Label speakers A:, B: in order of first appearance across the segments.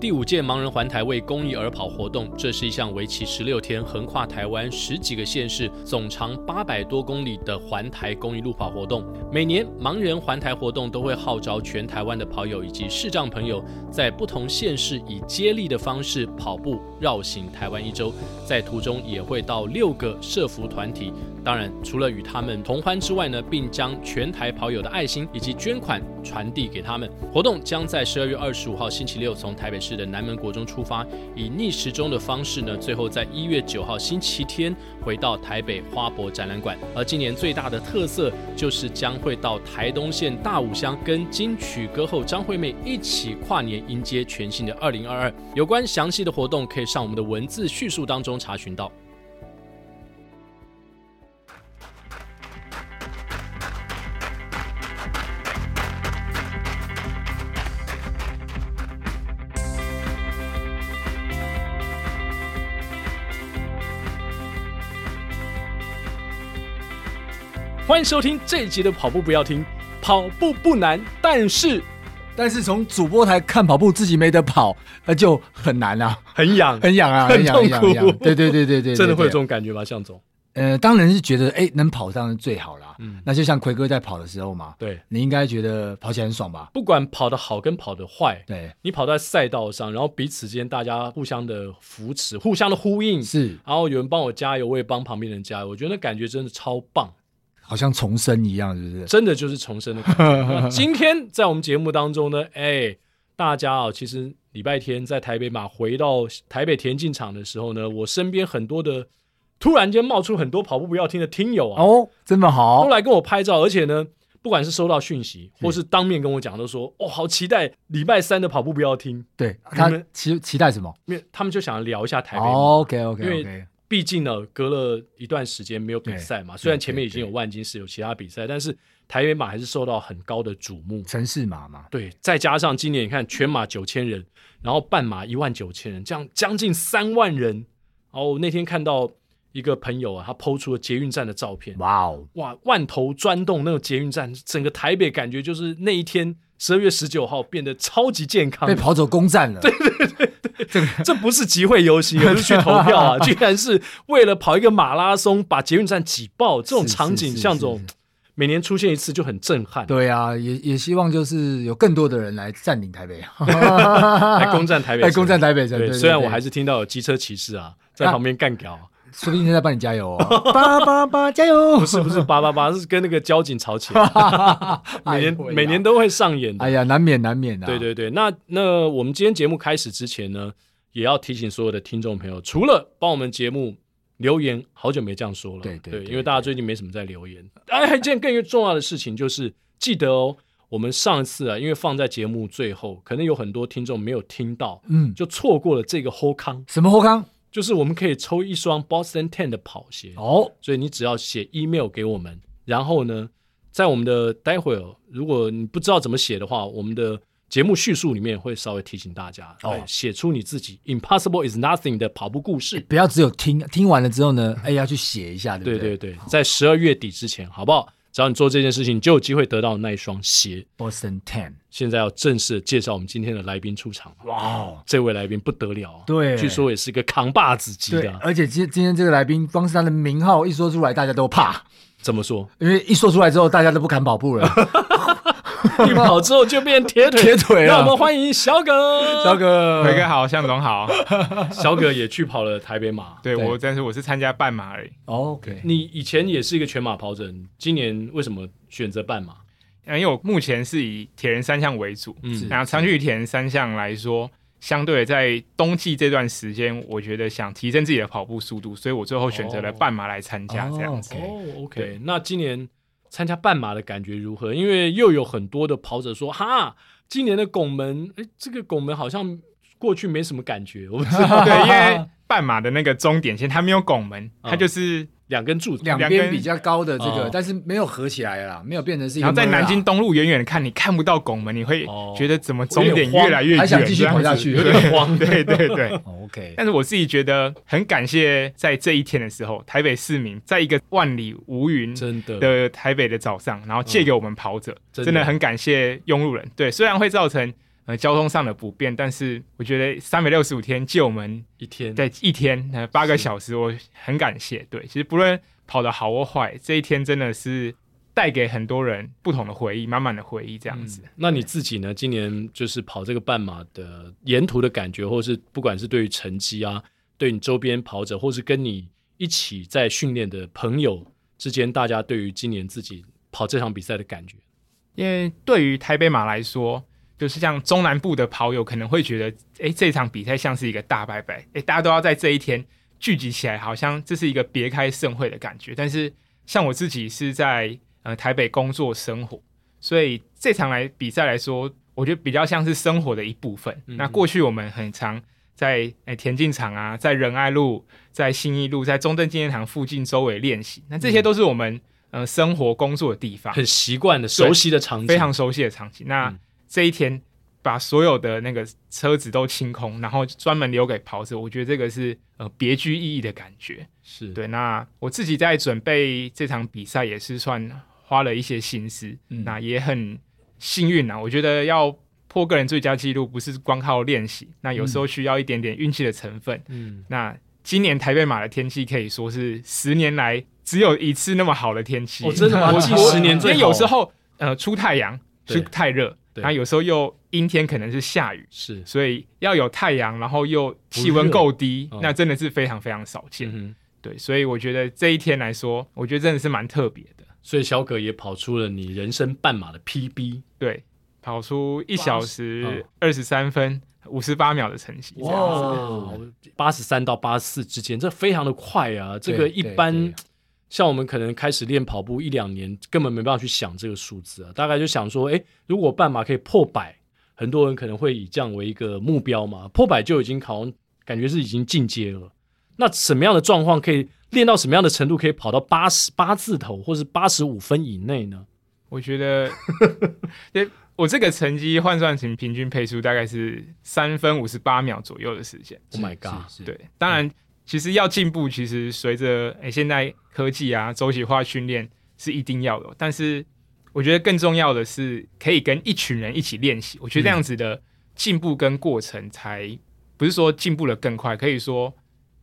A: 第五届盲人环台为公益而跑活动，这是一项为期十六天、横跨台湾十几个县市、总长八百多公里的环台公益路跑活动。每年盲人环台活动都会号召全台湾的跑友以及视障朋友，在不同县市以接力的方式跑步绕行台湾一周，在途中也会到六个社服团体。当然，除了与他们同欢之外呢，并将全台跑友的爱心以及捐款传递给他们。活动将在十二月二十五号星期六从台北市。的南门国中出发，以逆时钟的方式呢，最后在一月九号星期天回到台北花博展览馆。而今年最大的特色就是将会到台东县大武乡跟金曲歌后张惠妹一起跨年迎接全新的二零二二。有关详细的活动，可以上我们的文字叙述当中查询到。欢迎收听这一集的跑步不要停，跑步不难，但是
B: 但是从主播台看跑步，自己没得跑，那就很 难啊，
A: 很痒，
B: 很痒啊，很痒，
A: 很痛
B: 很痒，
A: 苦
B: 很痒。对对对对对对，
A: 真的会有这
B: 对。
A: 种感觉吗？向总，
B: 呃，当然是觉得，哎，能跑当然最好啦。
A: 嗯
B: 那就像奎哥在跑的时候嘛，
A: 对，
B: 你应该觉得跑起来很爽吧？
A: 不管跑得好跟跑得坏，
B: 对，
A: 你跑在赛道上，然后彼此之间大家互相的扶持、互相的呼应，
B: 是
A: 然后有人帮我加油，我也帮旁边人加油，我觉得那感觉真的超棒，
B: 好像重生一样，是不是？
A: 真的就是重生的感 觉。那今天在我们节目当中呢，哎，大家啊、其实礼拜天在台北马回到台北田径场的时候呢，我身边很多的突然间冒出很多跑步不要听的听友啊，
B: 哦，这么好
A: 都，来跟我拍照，而且呢，不管是收到讯息，或是当面跟我讲，都说哦，好期待礼拜三的跑步不要听，
B: 对
A: 你
B: 他
A: 们
B: 期期待什么哦
A: 因为他们就想聊一下台北马。
B: ？OK OK
A: 因为
B: OK，
A: 毕竟呢，隔了一段时间没有比赛嘛，
B: 对
A: 虽然前面已经有万金石有其他比赛，但是台北马还是受到很高的瞩目。
B: 城市马嘛，
A: 对，再加上今年你看全马九千人，然后半马一万九千人，这样将近三万人。然后那天看到一个朋友啊，他抛出了捷运站的照片，
B: 哇哦，
A: 哇，万头钻动那个捷运站，整个台北感觉就是那一天十二月十九号变得超级健康
B: 被，跑走攻占了，对对对对，这个
A: 这不是集会游行，也不是去投票 啊，居然是为了跑一个马拉松把捷运站挤爆，这种
B: 是
A: 场景，
B: 是是
A: 向
B: 是
A: 总
B: 是
A: 每年出现一次就很震撼，
B: 对啊，也也希望就是有更多的人来占领台北，
A: 来攻占台北，
B: 来攻占。台北城。
A: 对，
B: 对
A: 虽然我还
B: 是
A: 是听到有机车骑士啊在
B: 啊
A: 旁边干屌，
B: 说不定在帮你加油哦，八八八加油！
A: 不是不是 八八八，是跟那个交警吵起来，
B: 哎
A: 每年每年
B: 都
A: 都会上演的。
B: 啊哎呀，难免难免的。
A: 对，对对，那那我们今天节目开始之前呢，也要提醒所有的听众朋友，除了帮我们节目留言，好久没这样说了，
B: 对对对
A: 因为大家最近没什么在留言。哎，还有一件更重要的事情就是记得哦，我们上一次啊，因为放在节目最后，可能有很多听众没有听到，
B: 嗯，
A: 就错过了这个 whole 康，
B: 什么后康？
A: 就是我们可以抽一双 Boston Ten 的跑鞋，
B: 哦，
A: 所以你只要写 email 给我们，然后呢，在我们的待会儿，如果你不知道怎么写的话，我们的节目叙述里面会稍微提醒大家，
B: 哦
A: 哎写出你自己 “impossible is nothing” 的跑步故事。
B: 不要只有听听完了之 后呢，哎，要去写一下，对
A: 对
B: 不
A: 对
B: 对
A: 对，在十二月底之前，好不好？只要你做这件事情，就有机会得到那一双鞋。
B: ？Boston Ten，
A: 现在要正式介绍我们今天的来宾出场了，
B: 哇哦，
A: 这位来宾不得了啊，
B: 对
A: 据说也是个扛把子级
B: 对
A: 的，啊。
B: 而且今今天这个来宾，光是他的名号一说出来，大家都怕，
A: 怎么 说？
B: 因为一说出来之后，大家都不敢 跑步了。
A: 一跑之后就变铁腿，
B: 铁腿了啊
A: 让我们欢迎小葛。
B: 肖哥，
C: 奎哥好，向 总好，
A: 小葛也去跑了台北马。
C: 对
B: 对
C: 我，但是我是参加半马而已，
B: 哦，OK，
A: 你以前也是一个全马跑者，你今年为什么选择半马？
C: 呃因为我目前是以铁人三项为主，
A: 嗯
B: 是
C: 那长距离铁人三项来说，相对在冬季这段时间，我觉得想提升自己的跑步速度，所以我最后选择了半马来参加，这样子。
B: 哦，OK
A: 哦，OK，
C: 对
A: 那今年参加半马的感觉如何？因为又有很多的跑者说，哈，今年的拱门，哎，这个拱门好像过去没什么感觉，我不知
B: 哦
A: 道
C: 对，因为半马的那个终点线它没有拱门，
B: 嗯
C: 它就是，
A: 两根柱子，
B: 两
C: 两
B: 边
C: 根
B: 比较高的这
A: 哦
B: 个，但是没有合起来啦，没有变成是一个
C: 然后
B: murder 啊。
C: 在南京东路远远地看，你看不到拱门，你会
A: 哦
C: 觉得怎么终点越来越
B: 还
C: 远，
B: 想继续
C: 这样
B: 跑
C: 子
B: 下去
A: 有点慌。
C: 对对对。
B: 哦，OK，
C: 但是我自己觉得很感谢，在这一天的时候，台北市民在一个万里无云
A: 真的，嗯
C: 的台北的早上，然后借给我们跑者，
A: 真的
C: 真的很感谢庸路人。对，虽然会造成呃交通上的不便，但是我觉得三百六十五天借我们
A: 一天
C: 在一天呃八个小时，我很感谢。对，其实不论跑得好或坏，这一天真的是带给很多人不同的回忆，满满的回忆这样子。
A: 那你自己呢？今年就是跑这个半马的沿途的感觉，或是不管是对于成绩啊，对你周边跑者，或是跟你一起在训练的朋友之间，大家对于今年自己跑这场比赛的感觉，
C: 因为对于台北马来说，就是像中南部的跑友可能会觉得，诶，这场比赛像是一个大拜拜，诶，大家都要在这一天聚集起来，好像这是一个别开盛会的感觉。但是像我自己是在呃台北工作生活，所以这场来比赛来说，我觉得比较像是生活的一部分。那过去我们很常在诶田径场啊，在仁爱路、在信义路、在中正纪念堂附近周围练习，那这些都是我们、呃生活工作的地方。
A: 很习惯的、熟悉的场景，
C: 啊非常熟悉的场景。那这一天把所有的那个车子都清空，然后专门留给跑者，我觉得这个是呃别具意义的感觉。
A: 是
C: 对，那我自己在准备这场比赛也是算花了一些心思，那也很幸运啊。我觉得要破个人最佳纪录，不是光靠练习，那有时候需要一点点运气的成分。
A: 嗯，
C: 那今年台北马的天气可以说是十年来只有一次那么好的天气。
A: 哦真的吗
C: 我
A: 近
C: 我
A: 十年最
C: 因为有时
A: 好
C: 候呃出太阳
A: 对
C: 是太热，
A: 对
C: 然后有时候又阴天，可能是下雨，
A: 是，
C: 所以要有太阳，然后又气
A: 不
C: 温
A: 热
C: 够低
A: 哦，
C: 那真的是非常非常少见。
A: 嗯哼，
C: 对，所以我觉得这一天来说，我觉得真的是蛮特别的。
A: 所以小葛也跑出了你人生半马的 PB，
C: 对，跑出一小时
A: 哦
C: 二十三分五十八秒的成绩，这样子。
A: 哇，八十三到八十四之间，这非常的快啊！这个
B: 对
A: 一
B: 对
A: 般
B: 对
A: 像我们可能开始练跑步一两年，根本没办法去想这个数字啊。大概就想说，诶，如果半马可以破百，很多人可能会以这样为一个目标嘛。破百就已经好像感觉是已经进阶了。那什么样的状况可以练到什么样的程度，可以跑到八十八字头，或是八十五分以内呢？
C: 我觉得，对我这个成绩换算成平均配速大概是三分五十八秒左右的时间。
A: Oh my god！
C: 对，当然，其实要进步，其实随着诶现在科技啊、周期化训练是一定要的哦，但是我觉得更重要的是可以跟一群人一起练习。我觉得这样子的进步跟过程才、不是说进步的更快，可以说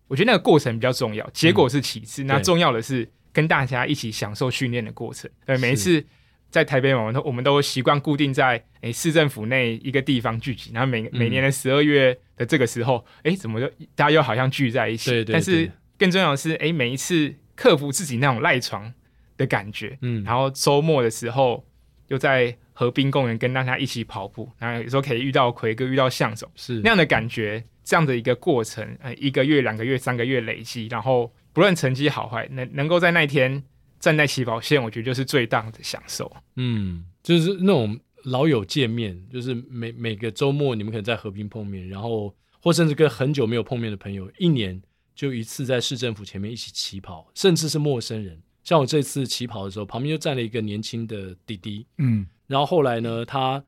C: 我觉得那个过程比较重要，结果是其次，那
A: 对
C: 重要的是跟大家一起享受训练的过程。对，每一次。在台北嘛，我们都我们都习惯固定在诶、市政府内一个地方聚集，然后每每年的十二月的这个时候，诶、怎么就大家又好像聚在一起？
A: 对对
C: 但是
A: 对
C: 更重要的是，诶、每一次克服自己那种赖床的感觉，
A: 嗯，
C: 然后周末的时候又在河滨公园跟大家一起跑步，然后有时候可以遇到奎哥，遇到向总，
A: 是
C: 那样的感觉，这样的一个过程，呃，一个月、两个月、三个月累积，然后不论成绩好坏，能能够在那一天站在起跑线，我觉得就是最大的享受。
A: 嗯，就是那种老友见面，就是每每个周末你们可能在和平碰面，然后或甚至跟很久没有碰面的朋友，一年就一次在市政府前面一起起跑，甚至是陌生人。像我这次起跑的时候，旁边就站了一个年轻的弟弟，
B: 嗯，
A: 然后后来呢，他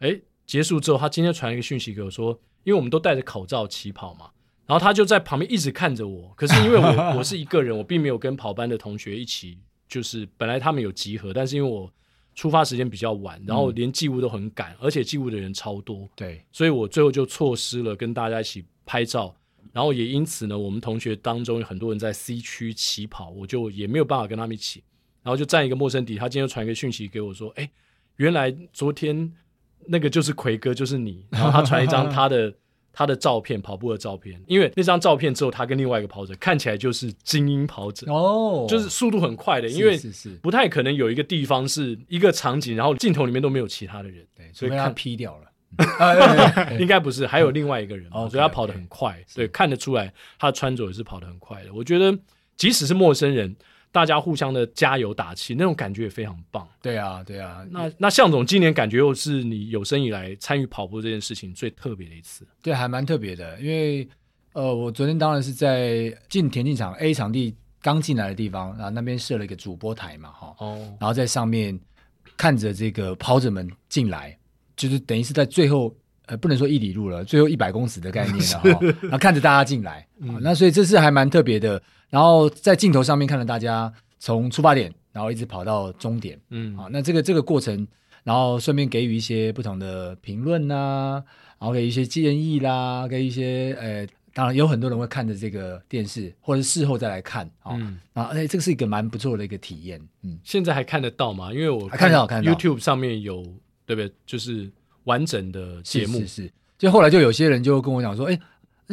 A: 哎结束之后，他今天传一个讯息给我说，因为我们都戴着口罩起跑嘛，然后他就在旁边一直看着我。可是因为我我是一个人，我并没有跟跑班的同学一起，就是本来他们有集合，但是因为我出发时间比较晚，然后连寄物都很赶，而且寄物的人超多，
B: 对，
A: 所以我最后就错失了跟大家一起拍照。然后也因此呢，我们同学当中有很多人在 C 区起跑，我就也没有办法跟他们一起。然后就站一个陌生敌，他今天又传一个讯息给我说：“哎，原来昨天那个就是奎哥，就是你。”然后他传一张他的他的照片，跑步的照片，因为那张照片之后，他跟另外一个跑者看起来就是精英跑者，
B: 哦，
A: 就是速度很快的，
B: 是
A: 因为
B: 是是，
A: 不太可能有一个地方是一个场景，然后镜头里面都没有其他的人。
B: 对，
A: 所以
B: 除非他
A: 看
B: 劈掉 了，嗯哎哎哎
A: 应该不是，还有另外一个人嘛，
B: OK，
A: 所以他跑得
B: OK
A: 很快，对，看得出来他的穿着也是跑得很快的。我觉得即使是陌生人，大家互相的加油打气，那种感觉也非常棒。
B: 对啊对啊，
A: 那那向总今年感觉又是你有生以来参与跑步这件事情最特别的一次，
B: 对，还蛮特别的，因为呃，我昨天当然是在进田径场 A 场地刚进来的地方，然后那边设了一个主播台嘛，哈、
A: 哦，
B: 然后在上面看着这个跑者们进来，就是等于是在最后呃不能说一里路了，最后一百公尺的概念了哈、然后看着大家进来、
A: 嗯
B: 啊那所以这是还蛮特别的。然后在镜头上面看着大家从出发点，然后一直跑到终点
A: 嗯
B: 啊，那这个这个过程然后顺便给予一些不同的评论呐、然后给一些建议啦，给一些呃，当然有很多人会看着这个电视，或者事后再来看啊、哦
A: 嗯
B: 啊，而且这个是一个蛮不错的一个体验，嗯，
A: 现在还看得到吗？因为我
B: 看得到看得到
A: YouTube 上面有，对不对？就是完整的
B: 是
A: 节目
B: 是是，就后来就有些人就跟我讲说，哎。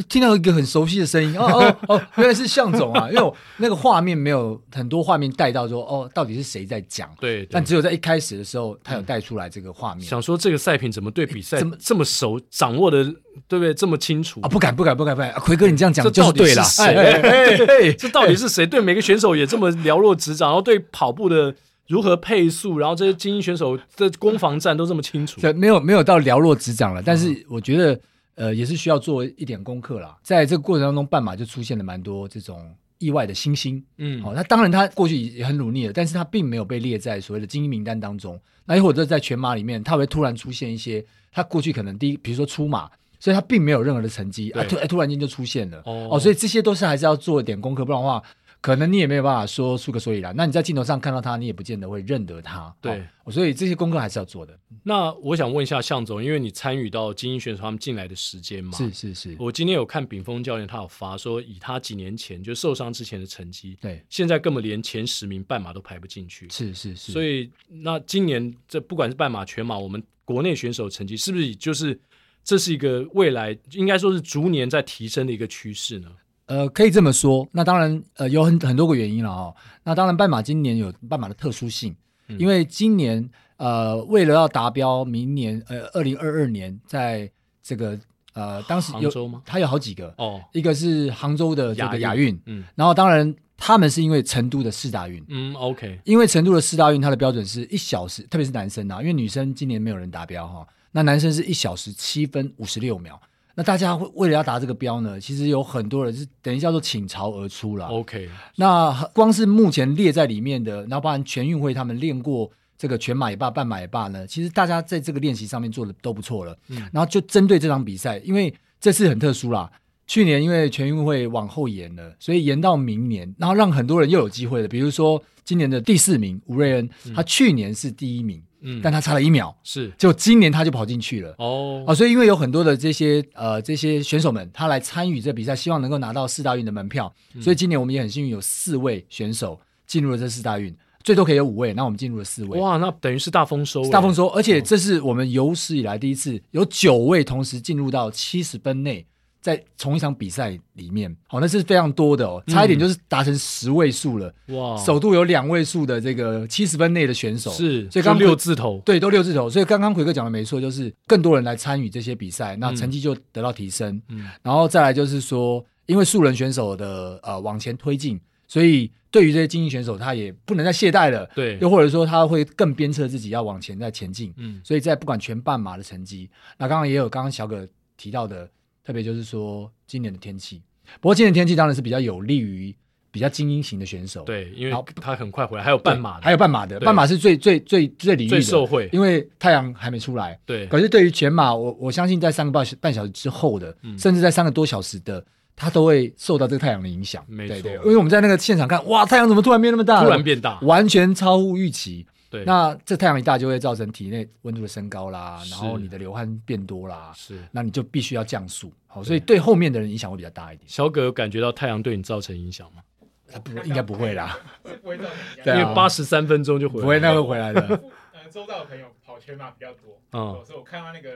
B: 听到一个很熟悉的声音，哦哦 哦，原来是向总啊！因为我那个画面没有很多画面带到说，哦，到底是谁在讲？
A: 对，对
B: 但只有在一开始的时候，他有带出来这个画面、
A: 想说这个赛品怎么对比赛
B: 怎么
A: 这么熟，掌握的对不对？这么清楚
B: 啊！不敢不敢不敢不敢！啊奎哥，你这样
A: 这
B: 讲就
A: 到
B: 是
A: 底
B: 对
A: 是
B: 了，
A: 谁？
B: 哎哎哎
A: 哎哎这到底是谁？对每个选手也这么了若指掌，然后对跑步的如何配速，然后这些精英选手的攻防战都这么清楚。
B: 对，没有没有到寥落指掌了，但
A: 嗯
B: 是我觉得呃也是需要做一点功课啦。在这个过程当中，半马就出现了蛮多这种意外的新星。
A: 嗯，
B: 哦，那当然他过去也很努力了，但是他并没有被列在所谓的精英名单当中。那又或者在全马里面，他会突然出现一些他过去可能第一，比如说出马。所以他并没有任何的成绩啊，
A: 对
B: 突哎突然间就出现了
A: 哦
B: 哦所以这些都是还是要做一点功课，不然的话，可能你也没有办法说出个所以然。那你在镜头上看到他，你也不见得会认得他。
A: 对
B: 哦，所以这些功课还是要做的。
A: 那我想问一下向总，因为你参与到精英选手他们进来的时间嘛，
B: 是是是，
A: 我今天有看炳峰教练，他有发说，以他几年前就受伤之前的成绩，
B: 对，
A: 现在根本连前十名半马都排不进去。
B: 是是是，
A: 所以那今年这不管是半马、全马，我们国内选手成绩是不是就是这是一个未来应该说是逐年在提升的一个趋势呢？
B: 呃，可以这么说。那当然，呃，有很很多个原因了哦。那当然，半马今年有半马的特殊性，
A: 嗯
B: 因为今年呃，为了要达标明年呃二零二二年在这个呃当时
A: 杭
B: 有
A: 州吗
B: 它有好几个，
A: 哦，
B: 一个是杭州的这个
A: 亚
B: 亚
A: 运
B: 运，
A: 嗯
B: 然后当然他们是因为成都的四大运。
A: 嗯，OK，
B: 因为成都的四大运，它的标准是一小时，特别是男生啊，因为女生今年没有人达标哈，那男生是一小时七分五十六秒。那大家会为了要达这个标呢，其实有很多人是等于叫做倾巢而出了。
A: OK，
B: 那光是目前列在里面的，然后包含全运会他们练过这个全马也罢，半马也罢呢，其实大家在这个练习上面做的都不错了。
A: 嗯
B: 然后就针对这场比赛，因为这次很特殊啦，去年因为全运会往后延了，所以延到明年，然后让很多人又有机会了。比如说今年的第四名吴瑞恩，他去年是第一名，
A: 嗯，
B: 但他差了一秒，
A: 是
B: 就今年他就跑进去了。
A: 哦
B: 哦，所以因为有很多的这些呃这些选手们，他来参与这比赛，希望能够拿到四大运的门票。
A: 嗯
B: 所以今年我们也很幸运，有四位选手进入了这四大运，最多可以有五位，那我们进入了四位。
A: 哇，那等于是大丰收欸，
B: 大丰收，而且这是我们有史以来第一次有九位同时进入到七十分内，在同一场比赛里面，好、那是非常多的
A: 嗯
B: 哦，差一点就是达成十位数了，
A: 哇，
B: 首度有两位数的这个七十分内的选手，
A: 是
B: 所
A: 就
B: 以刚
A: 六字头，
B: 对，都六字头，所以刚刚奎哥讲的没错，就是更多人来参与这些比赛，那成绩就得到提升。
A: 嗯
B: 然后再来就是说，因为素人选手的呃往前推进，所以对于这些精英选手，他也不能再懈怠了。
A: 对
B: 又或者说他会更鞭策自己要往前再前进。
A: 嗯
B: 所以在不管全半马的成绩，那刚刚也有刚刚小葛提到的，特别就是说今年的天气。不过今年天气当然是比较有利于比较精英型的选手。
A: 对，因为
B: 好
A: 他很快回来，还有半马的，
B: 还有半马的，
A: 对
B: 半马是最最最最领域的，
A: 最受惠
B: 因为太阳还没出来。
A: 对
B: 可是对于全马，我我相信在三个半小半小时之后的，
A: 嗯
B: 甚至在三个多小时的，它都会受到这个太阳的影响。
A: 没
B: 对对
A: 错
B: 因为我们在那个现场看，哇，太阳怎么突然变那么大了？
A: 突然变大
B: 完全超乎预期。
A: 对，
B: 那这太阳一大就会造成体内温度的升高啦，
A: 是
B: 然后你的流汗变多啦，
A: 是
B: 那你就必须要降速。好，所以对后面的人影响会比较大一点。
A: 小葛有感觉到太阳对你造成影响吗？
B: 他不应该不会啦，
C: 是不会造成影
B: 对
C: 响。
B: 啊
A: 因为八十三分钟就回来
B: 不
A: 了，
B: 会，那会回来的。
C: 呃，周遭的朋友跑全马比较多，哦
A: 嗯
C: 所以我看到那个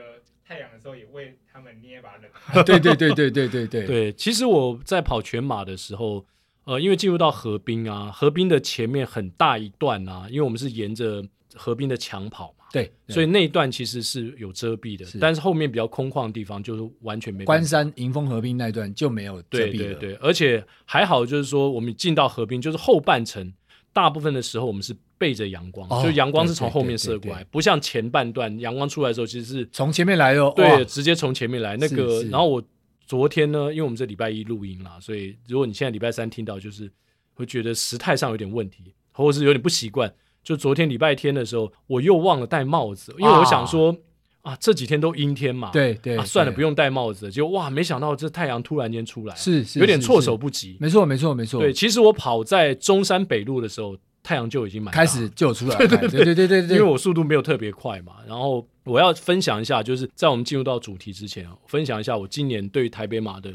C: 太阳的时候，也为他们捏把冷汗。
B: 对对对对对对对。
A: 对，其实我在跑全马的时候，呃，因为进入到河滨啊，河滨的前面很大一段啊，因为我们是沿着河滨的墙跑嘛，
B: 对，
A: 所以那一段其实是有遮蔽的，
B: 是
A: 但是后面比较空旷的地方就是完全没办
B: 关
A: 法。
B: 山迎风合并那一段就没有遮
A: 对
B: 蔽
A: 对
B: 了。
A: 对，而且还好，就是说我们进到河滨，就是后半程，大部分的时候我们是背着阳光，
B: 哦
A: 就阳光
B: 对
A: 是从
B: 对
A: 后
B: 对
A: 面
B: 对
A: 射
B: 对
A: 过来，不像前半段阳光出来的时候其实是
B: 从前面来哦，哇
A: 对，直接从前面来。那
B: 是
A: 个，
B: 是
A: 然后我昨天呢，因为我们这礼拜一录音啦，所以如果你现在礼拜三听到，就是会觉得时态上有点问题，或者是有点不习惯。就昨天礼拜天的时候，我又忘了戴帽子，因为我想说啊这几天都阴天嘛，
B: 对对
A: 啊，算了，
B: 对
A: 不用戴帽子了。结果哇，没想到这太阳突然间出来，
B: 是是
A: 有点措手
B: 不
A: 不及。
B: 没错没错没错，
A: 对，其实我跑在中山北路的时候，太阳就已经蛮大
B: 开始就有出来了，对对对对
A: 因为
B: 对，
A: 我速度没有特别快嘛。然后我要分享一下，就是在我们进入到主题之前，分享一下我今年对于台北马的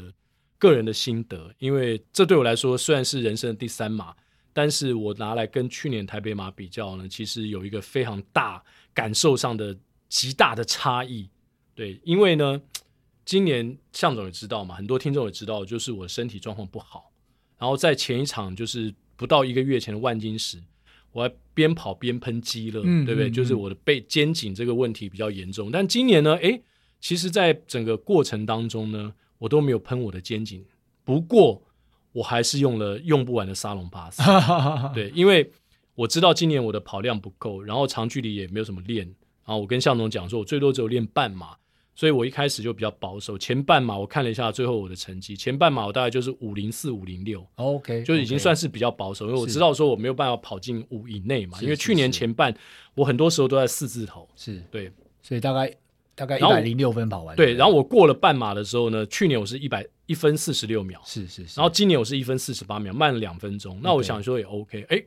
A: 个人的心得，因为这对我来说虽然是人生的第三马，但是我拿来跟去年台北马比较呢，其实有一个非常大感受上的极大的差异。对，因为呢，今年向总也知道嘛，很多听众也知道，就是我身体状况不好。然后在前一场就是不到一个月前的万金石，我还边跑边喷肌了，
B: 嗯
A: 对不对？
B: 嗯
A: 就是我的背肩颈这个问题比较严重。但今年呢，诶，其实在整个过程当中呢，我都没有喷我的肩颈，不过我还是用了用不完的沙龙巴斯。 对，因为我知道今年我的跑量不够，然后长距离也没有什么练，然后我跟向总讲说，我最多只有练半马，所以我一开始就比较保守。前半马我看了一下最后我的成绩，前半马我大概就是五零四、五零六，
B: ，OK，
A: 就是已经
B: OK
A: 算是比较保守，因为我
B: 是
A: 知道说我没有办法跑进五以内嘛，
B: 是
A: 因为
B: 是
A: 去年
B: 是
A: 前半我很多时候都在四字头，
B: 是，
A: 对
B: 所以大概大概一
A: 然后我
B: 百零六分跑完，
A: 对。然后
B: 我
A: 我过了半马的时候呢，去年我是一百一分四十六秒，
B: 是是是，
A: 然后今年我是一分四十八秒，慢了两分钟。那我想说也 OK，哎，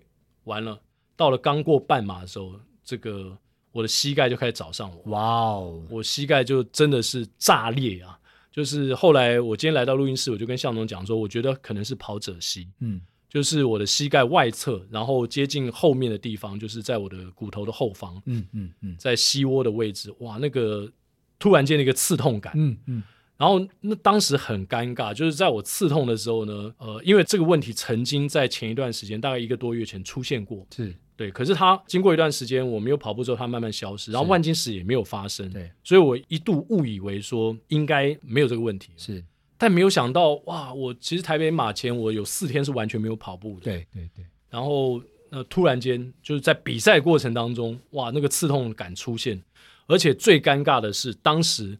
A: 完了，到了刚过半马的时候，这个我的膝盖就开始找上我，
B: 哇哦，
A: 我膝盖就真的是炸裂啊！就是后来我今天来到录音室，我就跟向总讲说，我觉得可能是跑者膝，
B: 嗯，
A: 就是我的膝盖外侧，然后接近后面的地方，就是在我的骨头的后方，
B: 嗯嗯嗯
A: 在膝窝的位置，哇，那个突然间的一个刺痛感，
B: 嗯嗯，
A: 然后那当时很尴尬，就是在我刺痛的时候呢，呃，因为这个问题曾经在前一段时间，大概一个多月前出现过，
B: 是
A: 对。可是它经过一段时间，我没有跑步之后，它慢慢消失，然后
B: 是
A: 万金石也没有发生，
B: 对。
A: 所以我一度误以为说应该没有这个问题，
B: 是，
A: 但没有想到，哇，我其实台北马前我有四天是完全没有跑步的，。
B: 对对对，
A: 然后呃，突然间就是在比赛过程当中，哇，那个刺痛感出现，而且最尴尬的是，当时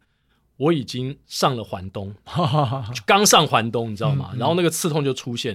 A: 我已经上了环东。
B: 哈哈哈哈
A: 刚上环东，你知道吗？然后那个刺痛就出现。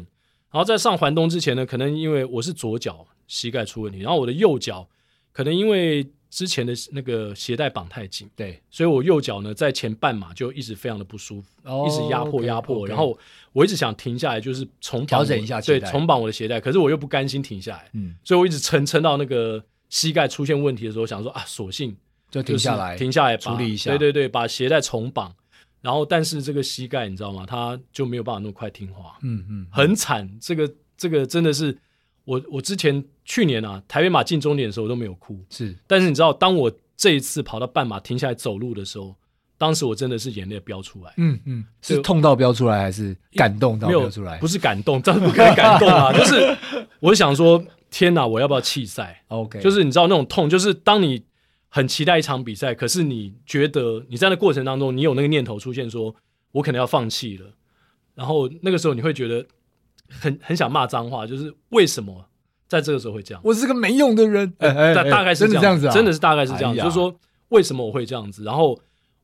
A: 然后在上环东之前呢，可能因为我是左脚膝盖出问题，然后我的右脚可能因为之前的那个鞋带绑太紧，
B: 对，
A: 所以我右脚呢在前半马就一直非常的不舒服，
B: 哦
A: 一直压迫压迫。
B: ，OK，OK
A: 然后我一直想停下来，就是重绑
B: 调整
A: 我
B: 一下
A: 对，
B: 鞋带
A: 重绑我的鞋带。可是我又不甘心停下来，
B: 嗯，
A: 所以我一直撑撑到那个膝盖出现问题的时候，想说啊，索性
B: 就
A: 就
B: 停
A: 是
B: 下来，
A: 停下来把
B: 处理一下
A: 对对对，把鞋带重绑。然后，但是这个膝盖你知道吗？它就没有办法那么快听话，
B: 嗯嗯，
A: 很惨。这个这个真的是我我之前去年啊，台北马进终点的时候我都没有哭，
B: 是
A: 但是你知道，当我这一次跑到半马停下来走路的时候，当时我真的是眼泪飙出来。
B: 嗯嗯，是
A: 就
B: 痛到飙出来还是感动到
A: 没有
B: 飙出来？
A: 不
B: 是
A: 是感动，当然不可以感动啊！就是我想说，天哪，我要不要弃赛？
B: ，OK，
A: 就是你知道那种痛，就是当你很期待一场比赛，可是你觉得你在那过程当中，你有那个念头出现说，我可能要放弃了，然后那个时候你会觉得很很想骂脏话，就是为什么在这个时候会这样？
B: 我是个没用的人，哎哎
A: 大
B: 哎
A: 大概是
B: 真的
A: 这样
B: 子啊，
A: 真的是大概是这样
B: 哎
A: 子，
B: 呀
A: 就是说为什么我会这样子，然后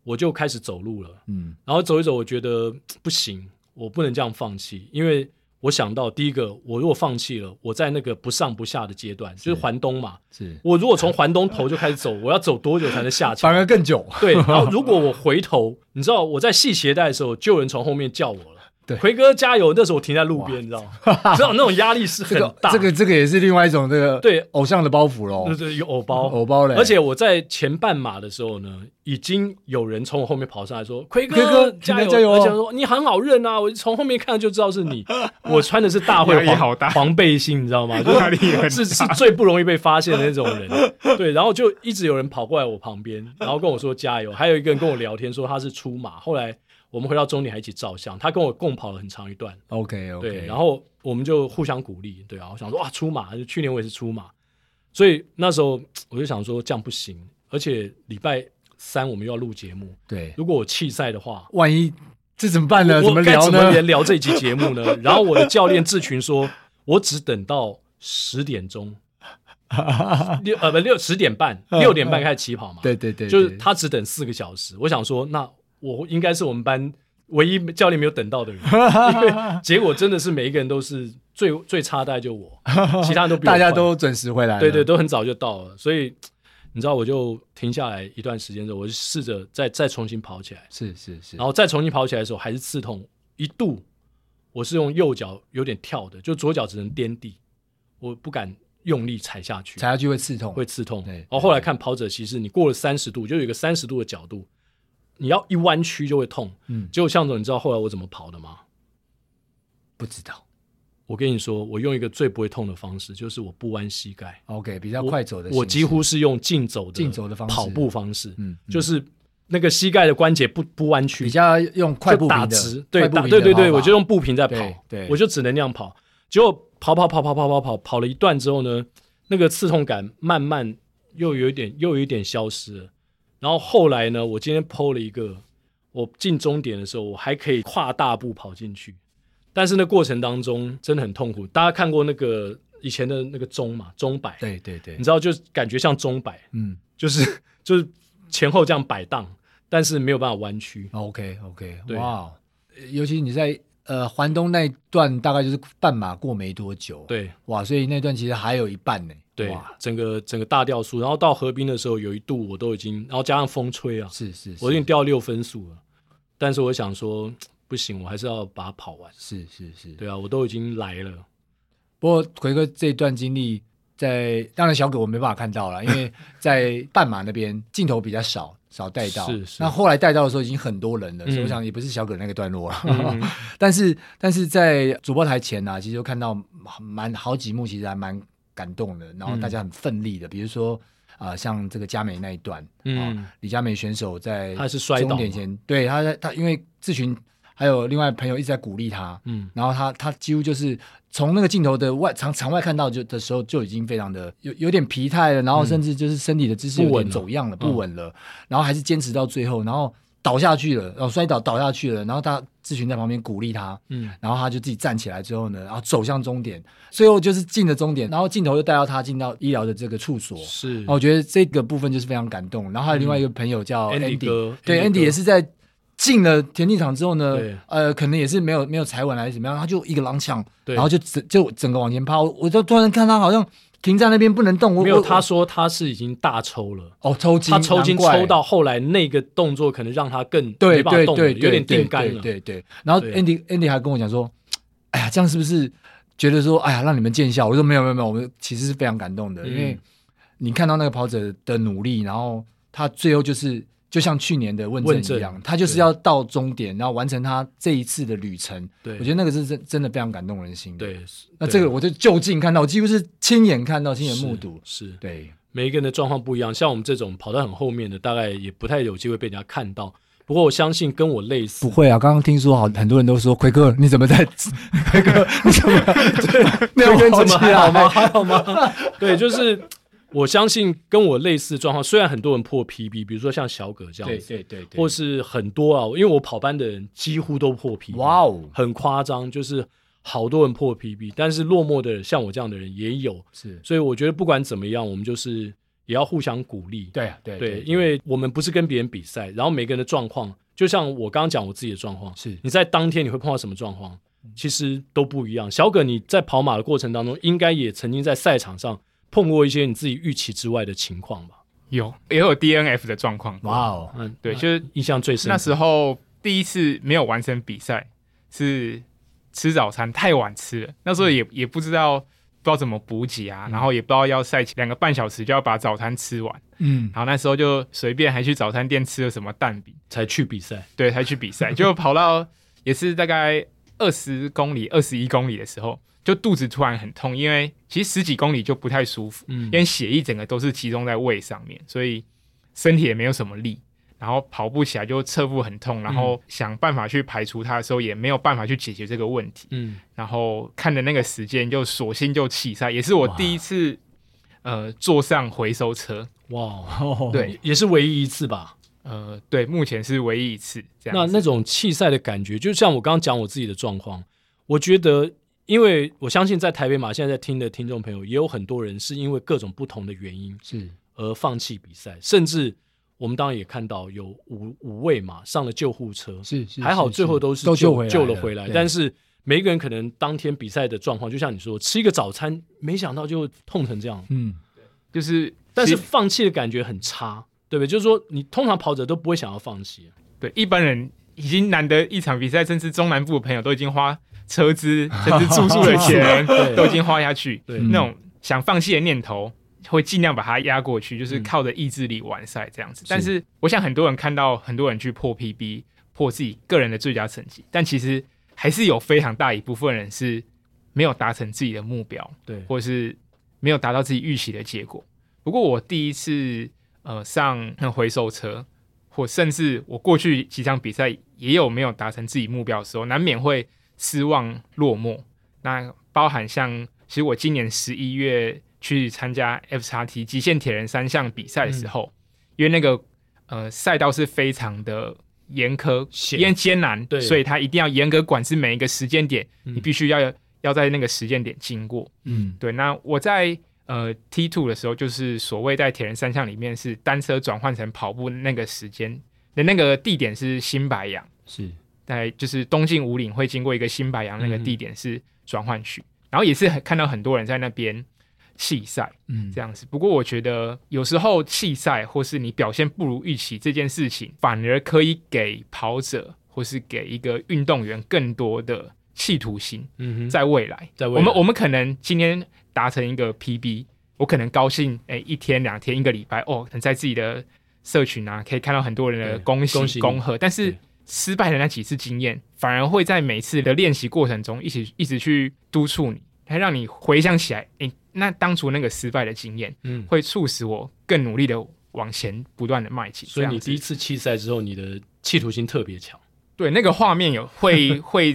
A: 我就开始走路了。
B: 嗯，
A: 然后走一走，我觉得不行，我不能这样放弃，因为我想到第一个，我如果放弃了，我在那个不上不下的阶段，就是环东嘛，
B: 是
A: 我如果从环东头就开始走，我要走多久才能下桥
B: 反？而更久，
A: 对，然后如果我回头，你知道我在系鞋带的时候，就有人从后面叫我了。
B: 对
A: 奎哥加油！那时候我停在路边，你知道吗？ 知道那种压力是
B: 这
A: 很
B: 个
A: 大。
B: 这个这个也是另外一种这个
A: 对
B: 偶像的包袱喽
A: 对，对有偶包，
B: 偶包嘞，
A: 而且我在前半马的时候呢，已经有人从我后面跑上来说：“奎
B: 奎
A: 哥
B: 哥
A: 加油！”
B: 加油哦
A: 而且说你很好认啊，我从后面看就知道是 你。我穿的是大会
C: 压力
A: 黄
C: 好大
A: 黄背心，你知道 吗？就是
C: 压力很大
A: 是是最不容易被发现的那种人。 对，然后就一直有人跑过来我旁边，然后跟我说加油。还有一个人跟我聊天说他是出马，后来我们回到终点还一起照相，他跟我共跑了很长一段。
B: OK OK，
A: 对，然后我们就互相鼓励，对啊，我想说哇，出马，就去年我也是出马，所以那时候我就想说这样不行，而且礼拜三我们又要录节目，
B: 对，
A: 如果我弃赛的 话，
B: 万一这怎么办呢？怎么
A: 我该
B: 聊
A: 怎么
B: 呢？
A: 连聊这一集节目呢？然后我的教练志群说，我只等到十点 钟，六呃不六十点半，六点半开始起跑嘛，
B: 对对对，
A: 就是
B: 对
A: 他只等四个小时。我想说，那我应该是我们班唯一教练没有等到的 人，因为结果真的是每一个人都是最最差，大概就 我，其他人都比我
B: 大家
A: 快
B: 都准时回来了，
A: 对对，都很早就到了，所以你知道，我就停下来一段时间之后，我就试着再再重新跑起来，
B: 是是是
A: 然，后再重新跑起来的时候还是刺痛，一度我是用右脚有点跳的，就左脚只能颠地，我不敢用力踩下去，
B: 踩下去会刺痛，
A: 会刺痛。
B: 对
A: 然后后来看跑者，其实你过了三十度，就有一个三十度的角度，你要一弯曲就会痛。
B: 嗯
A: 结果向总，你知道后来我怎么跑的吗？
B: 不知道。
A: 我跟你说，我用一个最不会痛的方式，就是我不弯膝盖，
B: OK，比较快走的
A: 我
B: 形
A: 几
B: 式
A: 乎是用竞走的
B: 竞走的方式
A: 跑步方式，
B: 嗯嗯
A: 就是那个膝盖的关节不不弯曲，
B: 比较用快步
A: 就打
B: 频
A: 直
B: 的，，
A: 对
B: 快步
A: 打
B: 频
A: 对
B: 的
A: 对对，
B: 跑
A: 我
B: 法
A: 就用步频在跑
B: 对，对
A: 我就只能那样跑。结果跑跑跑跑跑跑跑跑了一段之后呢，那个刺痛感慢慢又有一点又有一点消失了。然后后来呢，我今天剖了一个，我进终点的时候，我还可以跨大步跑进去，但是那过程当中真的很痛苦。大家看过那个以前的那个钟嘛，钟摆，
B: 对对对
A: 你，知道，就是感觉像钟摆，
B: 嗯
A: 就是就是前后这样摆荡，但是没有办法弯曲。
B: ，OK OK，
A: 对
B: 哇哦，尤其你在呃环东那一段，大概就是半马过没多久，，
A: 对，
B: 哇，所以那段其实还有一半呢，
A: 对
B: 哇，
A: 整个整个大掉速，然后到河滨的时候，有一度我都已经，然后加上风吹啊，
B: 是是，
A: 我已
B: 是
A: 经掉六分数了。但是我想说，不行，我还是要把它跑完。
B: 是是是，
A: 对啊，我都已经来了，
B: 不过奎哥这段经历在，当然小狗我没办法看 到了，因为在半马那边镜头比较少，少带到。
A: 是是
B: 那后来带到的时候已经很多人了，
A: 嗯
B: 所以我想也不是小狗那个段落了。
C: 嗯
B: 但是但是在主播台前呢、啊其实就看到蛮好几幕，其实还蛮感动的，
A: 嗯
B: 然后大家很奋力的，比如说。啊、像这个佳美那一段，
A: 嗯
B: 嗯，李佳美选手在
A: 她是摔倒
B: 终点前，对她在她因为志群还有另外朋友一直在鼓励她，
A: 嗯，
B: 然后他他几乎就是从那个镜头的外场场外看到就的时候就已经非常的有有点疲态了，然后甚至就是身体的姿势有
A: 不稳
B: 点
A: 了
B: 走样了，
A: 嗯
B: 不稳了，然后还是坚持到最后，然后倒下去了，然哦后摔倒倒下去了，然后他咨询在旁边鼓励他，
A: 嗯，
B: 然后他就自己站起来之后呢，然后走向终点，最后就是进了终点，然后镜头又带到他进到医疗的这个处所，
A: 是嗯
B: 哦然后我觉得这个部分就是非常感动。然后还有另外一个朋友叫
A: Andy 哥
B: 对
A: Andy
B: Andy
A: 哥
B: 也是在进了田径场之后呢
A: 对，
B: 呃，可能也是没有没有踩稳还是怎么样，他就一个踉跄，
A: 对
B: 然后就整就整个往前趴。我我就突然看他好像停在那边不能动，我
A: 没有。
B: 我
A: 他说他是已经大抽了，
B: 哦抽筋，
A: 他抽筋
B: 难怪
A: 抽到后来那个动作可能让他更
B: 对
A: 没办法
B: 对
A: 动了，
B: 对，
A: 有点
B: 对
A: 定干了。
B: 对对对，然后
A: 对啊
B: Andy Andy 还跟我讲说，哎呀，这样是不是觉得说，哎呀，让你们见笑？我说没有没有没有，我们其实是非常感动的，
A: 嗯
B: 因为你看到那个跑者的努力，然后他最后就是就像去年的问
A: 问
B: 政
A: 政
B: 一样，他就是要到终点，然后完成他这一次的旅程。
A: 对
B: 我觉得那个是真真的非常感动人心的。，
A: 对，
B: 那
A: 对
B: 这个我就就近看到，我几乎是亲眼看到、亲眼
A: 是
B: 目睹。
A: 是
B: 对，
A: 每一个人的状况不一样，像我们这种跑到很后面的，大概也不太有机会被人家看到。不过我相信跟我类似
B: 不，会啊！刚刚听说好，很多人都说奎哥，你怎么在？ 奎哥，你怎 么？对，那
A: 对，
B: 我
A: 怎么还好吗？
B: 吗？
A: 还好
B: 啊
A: 吗？对，就是我相信跟我类似的状况，虽然很多人破 PB，比如说像小葛这样
B: 对
A: 子，
B: 对对对，
A: 或是很多啊，因为我跑班的人几乎都破 PB，
B: 哇哦，
A: 很夸张，就是好多人破 PB，但是落寞的人像我这样的人也有，
B: 是
A: 所以我觉得不管怎么样，我们就是也要互相鼓励，
B: 对啊对
C: 嗯
A: 对，因为我们不是跟别人比赛，然后每个人的状况，就像我刚刚讲我自己的状况，
B: 是
A: 你在当天你会碰到什么状况，
C: 嗯
A: 其实都不一样。小葛，你在跑马的过程当中，应该也曾经在赛场上碰过一些你自己预期之外的情况吧？
C: 有也有 DNF 的状况，
B: 哇哦，
A: 嗯，
C: 对，就是
A: 印象最深
C: 那时候第一次没有完成比赛，是吃早餐太晚吃了，那时候也也不知道不知道怎么补给啊，然后也不知道要赛前两个半小时就要把早餐吃完，
B: 嗯，
C: 然后那时候就随便还去早餐店吃了什么蛋饼，
A: 才去比赛，
C: 对，才去 比赛，就跑到也是大概二十公里、二十一公里的时候，就肚子突然很痛，因为其实十几公里就不太舒服，
A: 嗯
C: 因为血液整个都是集中在胃上面，所以身体也没有什么力，然后跑步起来就侧腹很
A: 嗯
C: 痛，然后想办法去排除它的时候，也没有办法去解决这个问题，
A: 嗯，
C: 然后看着那个时间就索性就弃赛，也是我第一次呃坐上回收车，
A: 哇，
B: 对，
A: 也也是唯一一次吧。
C: 呃，对，目前是唯一一次这
A: 那
C: 样子。
A: 那种弃赛的感觉，就像我刚刚讲我自己的状况，我觉得，因为我相信在台北马现在在听的听众朋友，也有很多人是因为各种不同的原因
B: 是
A: 而放弃比赛，甚至我们当然也看到有五五位嘛上了救护车，
B: 是是
A: 还好
B: 是
A: 最后
B: 是
A: 都是
B: 都救
A: 救
B: 回来
A: 救了
B: 了
A: 回来，
B: 对
A: 但是。每一个人可能当天比赛的状况，就像你说，吃一个早餐，没想到就痛成这样，
B: 嗯，
C: 就是，
A: 但是放弃的感觉很差，对不对？就是说，你通常跑者都不会想要放弃，
C: 对，一般人已经难得一场比赛，甚至中南部 的朋友都已经花车资，甚至住宿的钱
A: 对
C: 都已经花下去。
A: 对
C: 那种想放弃的念头会尽量把它压过去，
A: 嗯
C: 就是靠着意志力完赛这样子。但是我想很多人看到很多人去破 PB，破自己个人的最佳成绩，但其实还是有非常大一部分人是没有达成自己的目标，
B: 对
C: 或是没有达到自己预期的结果。不过我第一次呃上那回收车，或甚至我过去几场比赛也有没有达成自己目标的时候，难免会失望落寞。那包含像，其实我今年十一月去参加 F 叉 T 极限铁人三项比赛的
A: 嗯
C: 时候，因为那个呃赛道是非常的严苛、
A: 险
C: 因为艰难，
A: 对嗯
C: 所以他一定要严格管制每一个时间点，你必须要要在那个时间点经过。
B: 嗯，
C: 对，那我在呃 T two 的时候，就是所谓在铁人三项里面是单车转换成跑步那个时间的那个地点是新白杨，
B: 是
C: 在就是东进五岭会经过一个新白杨那个
A: 嗯
C: 地点是转换区，然后也是很看到很多人在那边弃赛
B: 嗯
C: 这样子。不过我觉得有时候弃赛或是你表现不如预期这件事情，反而可以给跑者或是给一个运动员更多的企图心。
A: 嗯哼，
C: 在未来，
A: 在未来
C: 我们我们可能今天达成一个 PB，我可能高兴，哎、一天两天一个礼拜，哦，可能在自己的社群啊，可以看到很多人的
A: 对
C: 恭
A: 恭喜
C: 喜
A: 你
C: 恭贺，但是
A: 对
C: 失败的那几次经验，反而会在每次的练习过程中，一起一直去督促你，还让你回想起来，哎、那当初那个失败的经验，
A: 嗯，
C: 会促使我更努力的往前不断的迈进。
A: 所以
C: 这
A: 你
C: 样子
A: 第一次弃赛之后，你的企图心特别强，
C: 对那个画面有 会会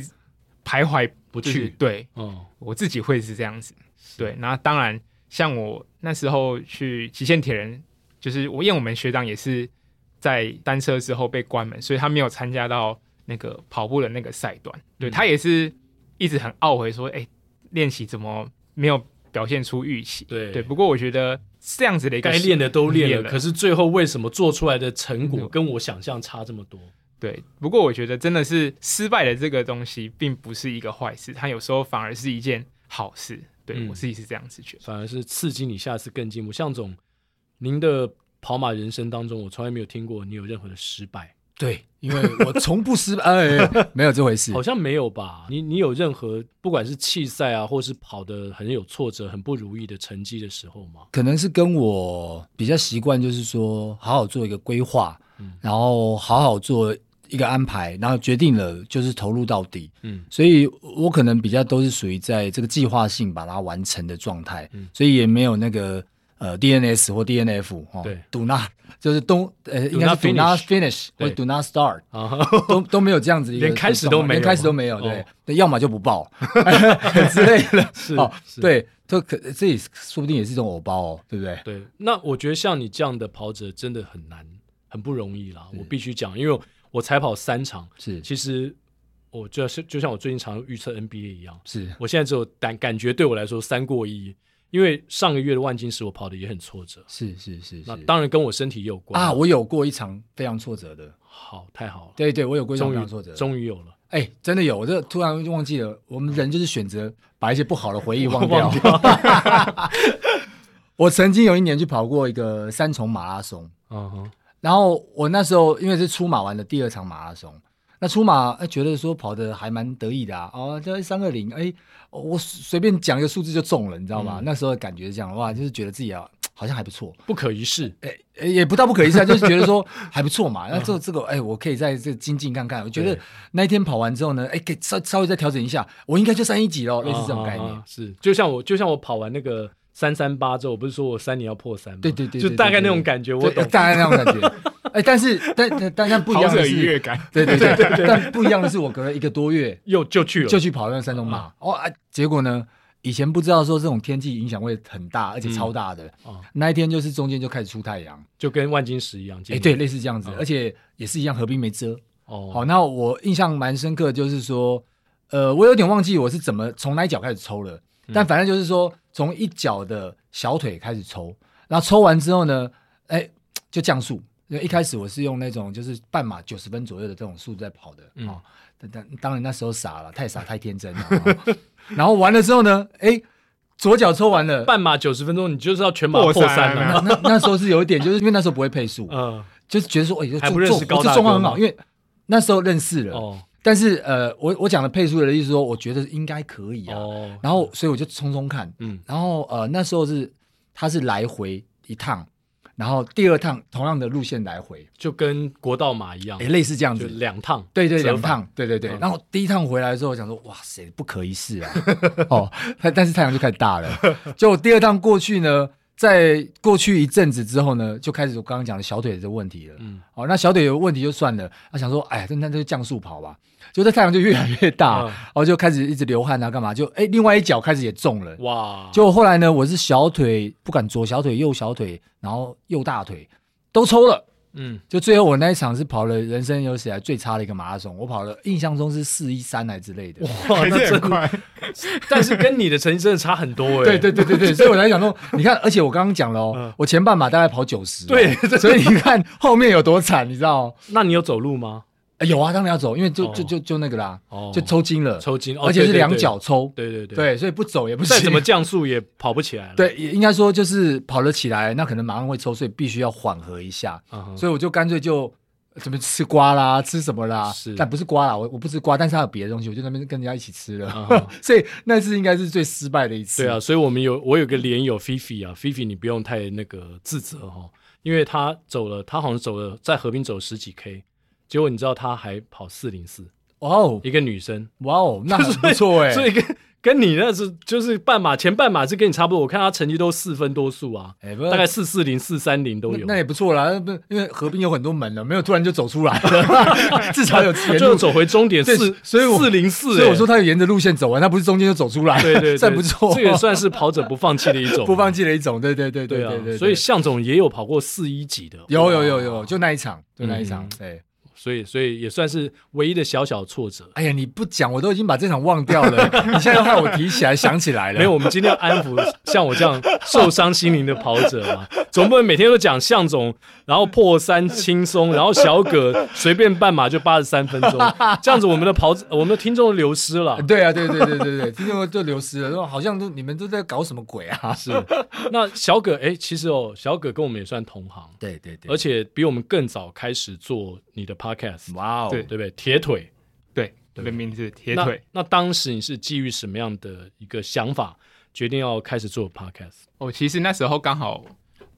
C: 徘徊
A: 不
C: 就是
A: 去，
C: 对。
A: 哦，
C: 我自己会是这样子。对，那当然，像我那时候去极限铁人，就是我因为我们学长也是在单车之后被关门，所以他没有参加到那个跑步的那个赛段。对、
A: 嗯
C: 他也是一直很懊悔说，哎、练习怎么没有表现出预期？
A: 对
C: 对，不过我觉得这样子的一个
A: 该练的都练
C: 练
A: 了，
C: 了
A: 可是最后为什么做出来的成果
C: 嗯
A: 跟我想象差这么多？
C: 对，不过我觉得真的是失败的这个东西，并不是一个坏事，它有时候反而是一件好事。对、
A: 嗯
C: 我自己是这样子觉得。
A: 反而是刺激你下次更进步。向总，您的跑马人生当中，我从来没有听过你有任何的失败，
B: 对，因为我从不失败，哎，没有这回事
A: 好。像没有吧？你你有任何不管是弃赛啊，或是跑的很有挫折、很不如意的成绩的时候吗？
B: 可能是跟我比较习惯，就是说好好做一个规划，
A: 嗯
B: 然后好好做一个安排，然后决定了就是投入到底。
A: 嗯
B: 所以我可能比较都是属于在这个计划性把它完成的状态，
A: 嗯
B: 所以也没有那个呃 DNS 或 DNF 哦，
A: 对
B: ，do not 就是 don't 呃应该是
A: not
B: do not finish 或
A: 对
B: do not start
A: 啊，
B: 都都没有这样子一个
A: 连开始都没有
B: 连开始都没有，
A: 哦
B: 对，对要么就 不报 之类的，
A: 是
B: 哦，
A: 是
B: 对，这可这也是说不定也是一种偶包哦，对不对？
A: 对，那我觉得像你这样的跑者真的很难，很不容易啦。我必须讲，因为我才跑三场，
B: 是
A: 其实我就是就像我最近常预测 NBA 一样，
B: 是，
A: 我现在只有感感觉对我来说三过一，因为上个月的万金石我跑的也很挫折，
B: 是是是
A: 那
B: 是
A: 当然跟我身体也有关
B: 啊，我有过一场非常挫折的，
A: 好，太好了，
B: 对对，我有过一场
A: 终
B: 非常挫折
A: 于，终于有了，
B: 哎、真的有，我这突然忘记了，我们人就是选择把一些不好的回忆忘掉。
A: 忘
B: 我曾经有一年去跑过一个三重马拉松，
A: 嗯哼，
B: 然后我那时候因为是出马完的第二场马拉松，那出马、哎觉得说跑的还蛮得意的啊，哦，这三二零，哎，我随便讲一个数字就中了，你知道吗？那时候的感觉是这样，哇，就是觉得自己啊好像还不错，
A: 不可一世，
B: 哎、哎也不到不可一世啊，就是觉得说还不错嘛。那这这个，哎、我可以在这精进看看。我觉得
A: 对
B: 那一天跑完之后呢，哎、可以稍稍微再调整一下，我应该就上一级了，类似这种概念。
A: 啊啊啊是，就像我就像我跑完那个三三八之后，我不是说我三年要破三吗？
B: 对对对
A: 就
B: 对
A: 大
B: 对
A: 概
B: 对
A: 那种
B: 对
A: 感觉，我
B: 对哎
A: 懂。
B: 大概那种感觉。哎、但是但但但但不一
C: 跑
B: 样
C: 者
B: 的
C: 愉悦
B: 是，
C: 感，
B: 对对对对，但不一样的是，我隔了一个多月
A: 又就去了，
B: 就去跑那三种马，哦啊，结果呢？以前不知道说这种天气影响会很大，而且超大的。
A: 哦
B: 那一天就是中间就开始出太阳，
A: 就跟万金石一样。
B: 哎、
A: 今
B: 对，
A: 年，
B: 类似这样子，而且也是一样，河滨没遮，
A: 哦，
B: 好，那我印象蛮深刻，就是说，呃，我有点忘记我是怎么从哪一脚开始抽了，
A: 嗯
B: 但反正就是说从一脚的小腿开始抽，然后抽完之后呢，哎，就降速。因为一开始我是用那种就是半马九十分左右的这种速度在跑的
A: 嗯
B: 啊、哦，但但当然那时候傻了，太傻太天真了、哦 然后完了之后呢，哎，左脚抽完了，
A: 半马九十分钟，你就是要全马
C: 破
A: 破
C: 三
A: 三了。
B: 那那那时候是有一点，就是因为那时候不会配速，
A: 嗯，
B: 就是觉得说，哎，这
A: 还不
B: 状
A: 认识
B: 这
A: 高大
B: 状
A: 哥
B: 况很
A: 吗
B: 好，因为那时候认识了，
A: 哦，
B: 但是呃，我我讲的配速的意思是说，我觉得应该可以啊。
A: 哦，
B: 然后所以我就冲冲看，
A: 嗯，
B: 然后呃那时候是它是来回一趟，然后第二趟同样的路线来回，
A: 就跟国道马一样
B: 哎，，类似这样
A: 哦就
B: 子。
A: 两趟，
B: 对对，
A: 折
B: 两
A: 返
B: 趟，对对对。
A: 嗯
B: 然后第一趟回来之后，我想说，哇塞，不可一世 啊！哦，但但是太阳就开始大了。就我第二趟过去呢，在过去一阵子之后呢，就开始我刚刚讲的小腿的问题了。
A: 嗯，
B: 哦，那小腿有问题就算了，他、想说，哎，那那就降速跑吧。就这太阳就越来越大，
A: 嗯
B: 然后就开始一直流汗啊，干嘛？就哎，另外一脚开始也中了。
A: 哇，
B: 就后来呢，我是小腿不管左小腿、右小腿，然后右大腿都抽了。
A: 嗯，
B: 就最后我那一场是跑了人生有史以来最差的一个马拉松，我跑了印象中是四一三来之类的。
A: 哦哇，
C: 还
A: 那
C: 是
A: 真
C: 很
A: 的，
C: 快，
A: 但是跟你的成绩真的差很多哎，
B: 对对对 对对，所以我才想说，你看，而且我刚刚讲了
A: 嗯
B: 哦，我前半马大概跑九十，啊
A: 对，
B: 所以你看后面有多惨，你知道哦？
A: 那你有走路吗？
B: 呃有啊，当然要走，因为就
A: 哦
B: 就就就那个啦，
A: 哦
B: 就抽筋了，
A: 抽筋，哦
B: 而且是
A: 对对
B: 两
A: 对
B: 脚抽，
A: 对对对，
B: 对，所以不走也不行。
A: 再怎么降速也跑不起来了，
B: 对，也应该说就是跑了起来，那可能马上会抽，所以必须要缓和一下。
A: 嗯哼，
B: 所以我就干脆就呃怎么吃瓜 啦，吃什么啦
A: 是，
B: 但不是瓜啦，我我不吃瓜，但是还有别的东西，我就在那边跟人家一起吃了，
A: 嗯哼
B: 所以那次应该是最失败的一次。
A: 对啊，，所以我们有我有个连友菲菲啊，菲菲你不用太那个自责哦，因为他走了，他好像走了在河滨走了十几 K，结果你知道他还跑四零四，
B: 哇哦
A: 一个女生，
B: 哇哦，那很不错 哎、
A: 所以跟跟你那是就是半马前半马是跟你差不多，我看他成绩都四分多数啊，
B: 哎不
A: 大概四四零四三零都
B: 那
A: 有
B: 那，也不错啦，那不因为河滨有很多门了，没有突然就走出来了， 至少有前
A: 就
B: 路。
A: 走回终点
B: 对
A: 四，
B: 所以我
A: 四零四，
B: 所以我说他有沿着路线走完，他不是中间就走出 来，
A: 对对对，
B: 算不错，
A: 这也算是跑者不放弃的一种，
B: 不放弃的一种，对对对
A: 对
B: 对
A: 啊，
B: 对。
A: 所以向总也有跑过四一级的，
B: 有有有
A: 哇
B: 有，就那一场，就那一
A: 嗯
B: 场，哎对。
A: 所以所以也算是唯一的小小挫折。
B: 哎呀，你不讲我都已经把这场忘掉了， 你现在又害我提起来想起来了。
A: 没有，我们今天要安抚像我这样受伤心灵的跑者 嘛，总不能每天都讲向总，然后破三轻松，然后小葛随便半马就八十三分 钟，这样子我们的跑者我们的听众都流失了。
B: 对啊，对对对对对，听众就流失了，说好像都你们都在搞什么鬼啊？
A: 是，那小葛哎，其实哦，小葛跟我们也算同行，
B: 对对对
A: 而且比我们更早开始做你的 podcast，
B: 哇哦，
A: 对不对？铁腿，
C: 对，我的名字铁
A: 那
C: 腿。
A: 那当时你是基于什么样的一个想法，决定要开始做 podcast？
C: 哦，其实那时候刚好，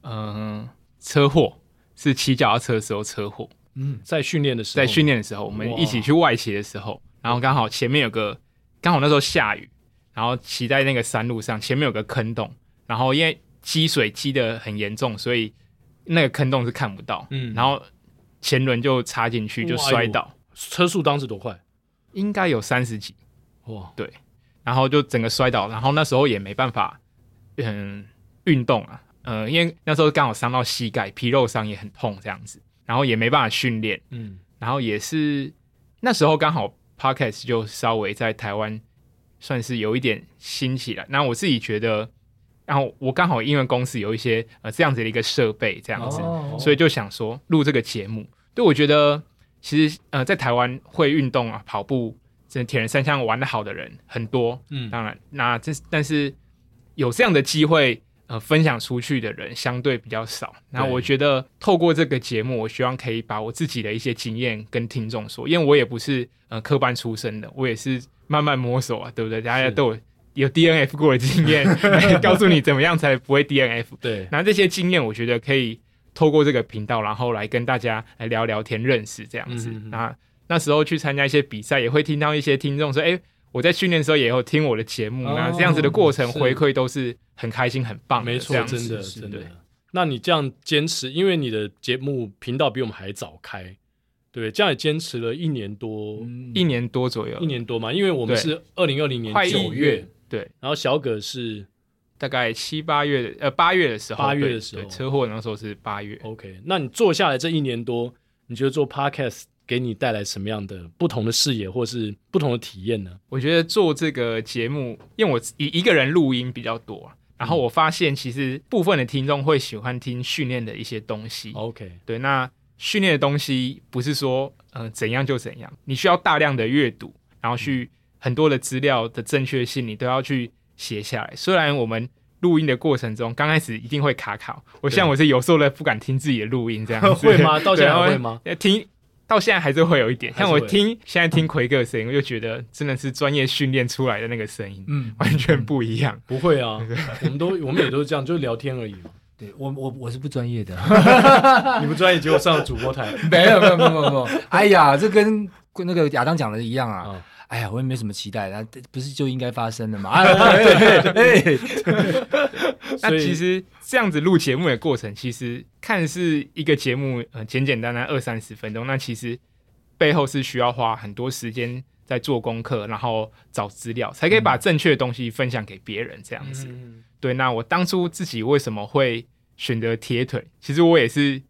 C: 嗯、车祸是骑脚踏车的时候车祸，
B: 嗯，
A: 在训练的时候，
C: 在训练的时候，我们一起去外骑的时候，然后刚好前面有个，刚好那时候下雨，然后骑在那个山路上，前面有个坑洞，然后因为积水积得很严重，所以那个坑洞是看不到，
A: 嗯
C: 然后前轮就插进去就
A: 哇
C: 摔倒，
A: 车速当时多快？
C: 应该有三十几，
A: 哇，
C: 然后就整个摔倒，然后那时候也没办法，嗯，运动啊，呃，因为那时候刚好伤到膝盖，皮肉伤也很痛这样子，然后也没办法训练，
A: 嗯，
C: 然后也是那时候刚好 podcast 就稍微在台湾算是有一点兴起来，那我自己觉得，然后我刚好因为公司有一些呃这样子的一个设备这样子，
B: 哦
C: 所以就想说录这个节目。对，我觉得其实呃，在台湾会运动啊，跑步、这铁人三项玩的好的人很多，
A: 嗯
C: 当然，那这但是有这样的机会呃分享出去的人相对比较少。那
A: 对
C: 我觉得透过这个节目，我希望可以把我自己的一些经验跟听众说，因为我也不是呃科班出身的，我也是慢慢摸索啊，对不对？大家
A: 是
C: 都有。有 DNF 过的经 验，哎告诉你怎么样才不会 DNF。
A: 对，
C: 那这些经验，我觉得可以透过这个频道，然后来跟大家来聊聊天、认识这样子。
A: 嗯嗯嗯
C: 那那时候去参加一些比赛，也会听到一些听众说：“哎、我在训练的时候也有听我的节目。
A: 哦
C: 那这样子的过程
A: 是
C: 回馈都是很开心、很棒的，
A: 没错
C: 这，样子
A: 真的
C: 是
A: 真
C: 对
A: 的。那你这样坚持，因为你的节目频道比我们还早开，对不对？这样也坚持了一年多，
B: 嗯
C: 一年多左右，
A: 一年多嘛，因为我们
C: 嗯对
A: 是二零二零年
C: 快一
A: 九
C: 月
A: 月，
C: 对，
A: 然后小葛是
C: 大概七八月的呃八月的时候，
A: 八月
C: 对
A: 的时候哦
C: 对车祸那时候是八月。
A: OK。那你做下来这一年多，你觉得做 podcast 给你带来什么样的不同的视野，或是不同的体验呢？
C: 我觉得做这个节目，因为我一一个人录音比较多啊，
A: 嗯
C: 然后我发现其实部分的听众会喜欢听训练的一些东西。
A: OK，
C: 对，那训练的东西不是说呃怎样就怎样，你需要大量的阅读，然后去
A: 嗯
C: 很多的资料的正确性，你都要去写下来。虽然我们录音的过程中，刚开始一定会卡卡，我
A: 对
C: 像我是有时候呢不敢听自己的录音这样子，
A: 会吗到现在还
C: 对啊
A: 会吗？
C: 然后听到现在还是会有一点。
A: 还是
C: 像
A: 会嗯
C: 我听现在听奎哥的声音，我就觉得真的是专业训练出来的那个声音，
B: 嗯，
C: 完全不一样。
A: 不会 啊，我们都我们也都是这样，就是聊天而已嘛。
B: 对我我我是不专业的，
A: 你不专业，结果上了主播 台。
B: 没有没有没有没有 没有，哎呀，这跟跟那个亚当讲的一样啊。
A: 嗯
B: 哎呀，我也没什么期待，那不是就应该发生的 嘛？哎，对对对，
C: 那
A: 所以
C: 其实这样子录节目的过程，其实看似一个节目，呃，简简单单二三十分钟，那其实背后是需要花很多时间在做功课，然后找资料，才可以把正确的东西分享给别人。这样
A: 嗯
C: 子，对。那我当初自己为什么会选择铁腿？其实我也是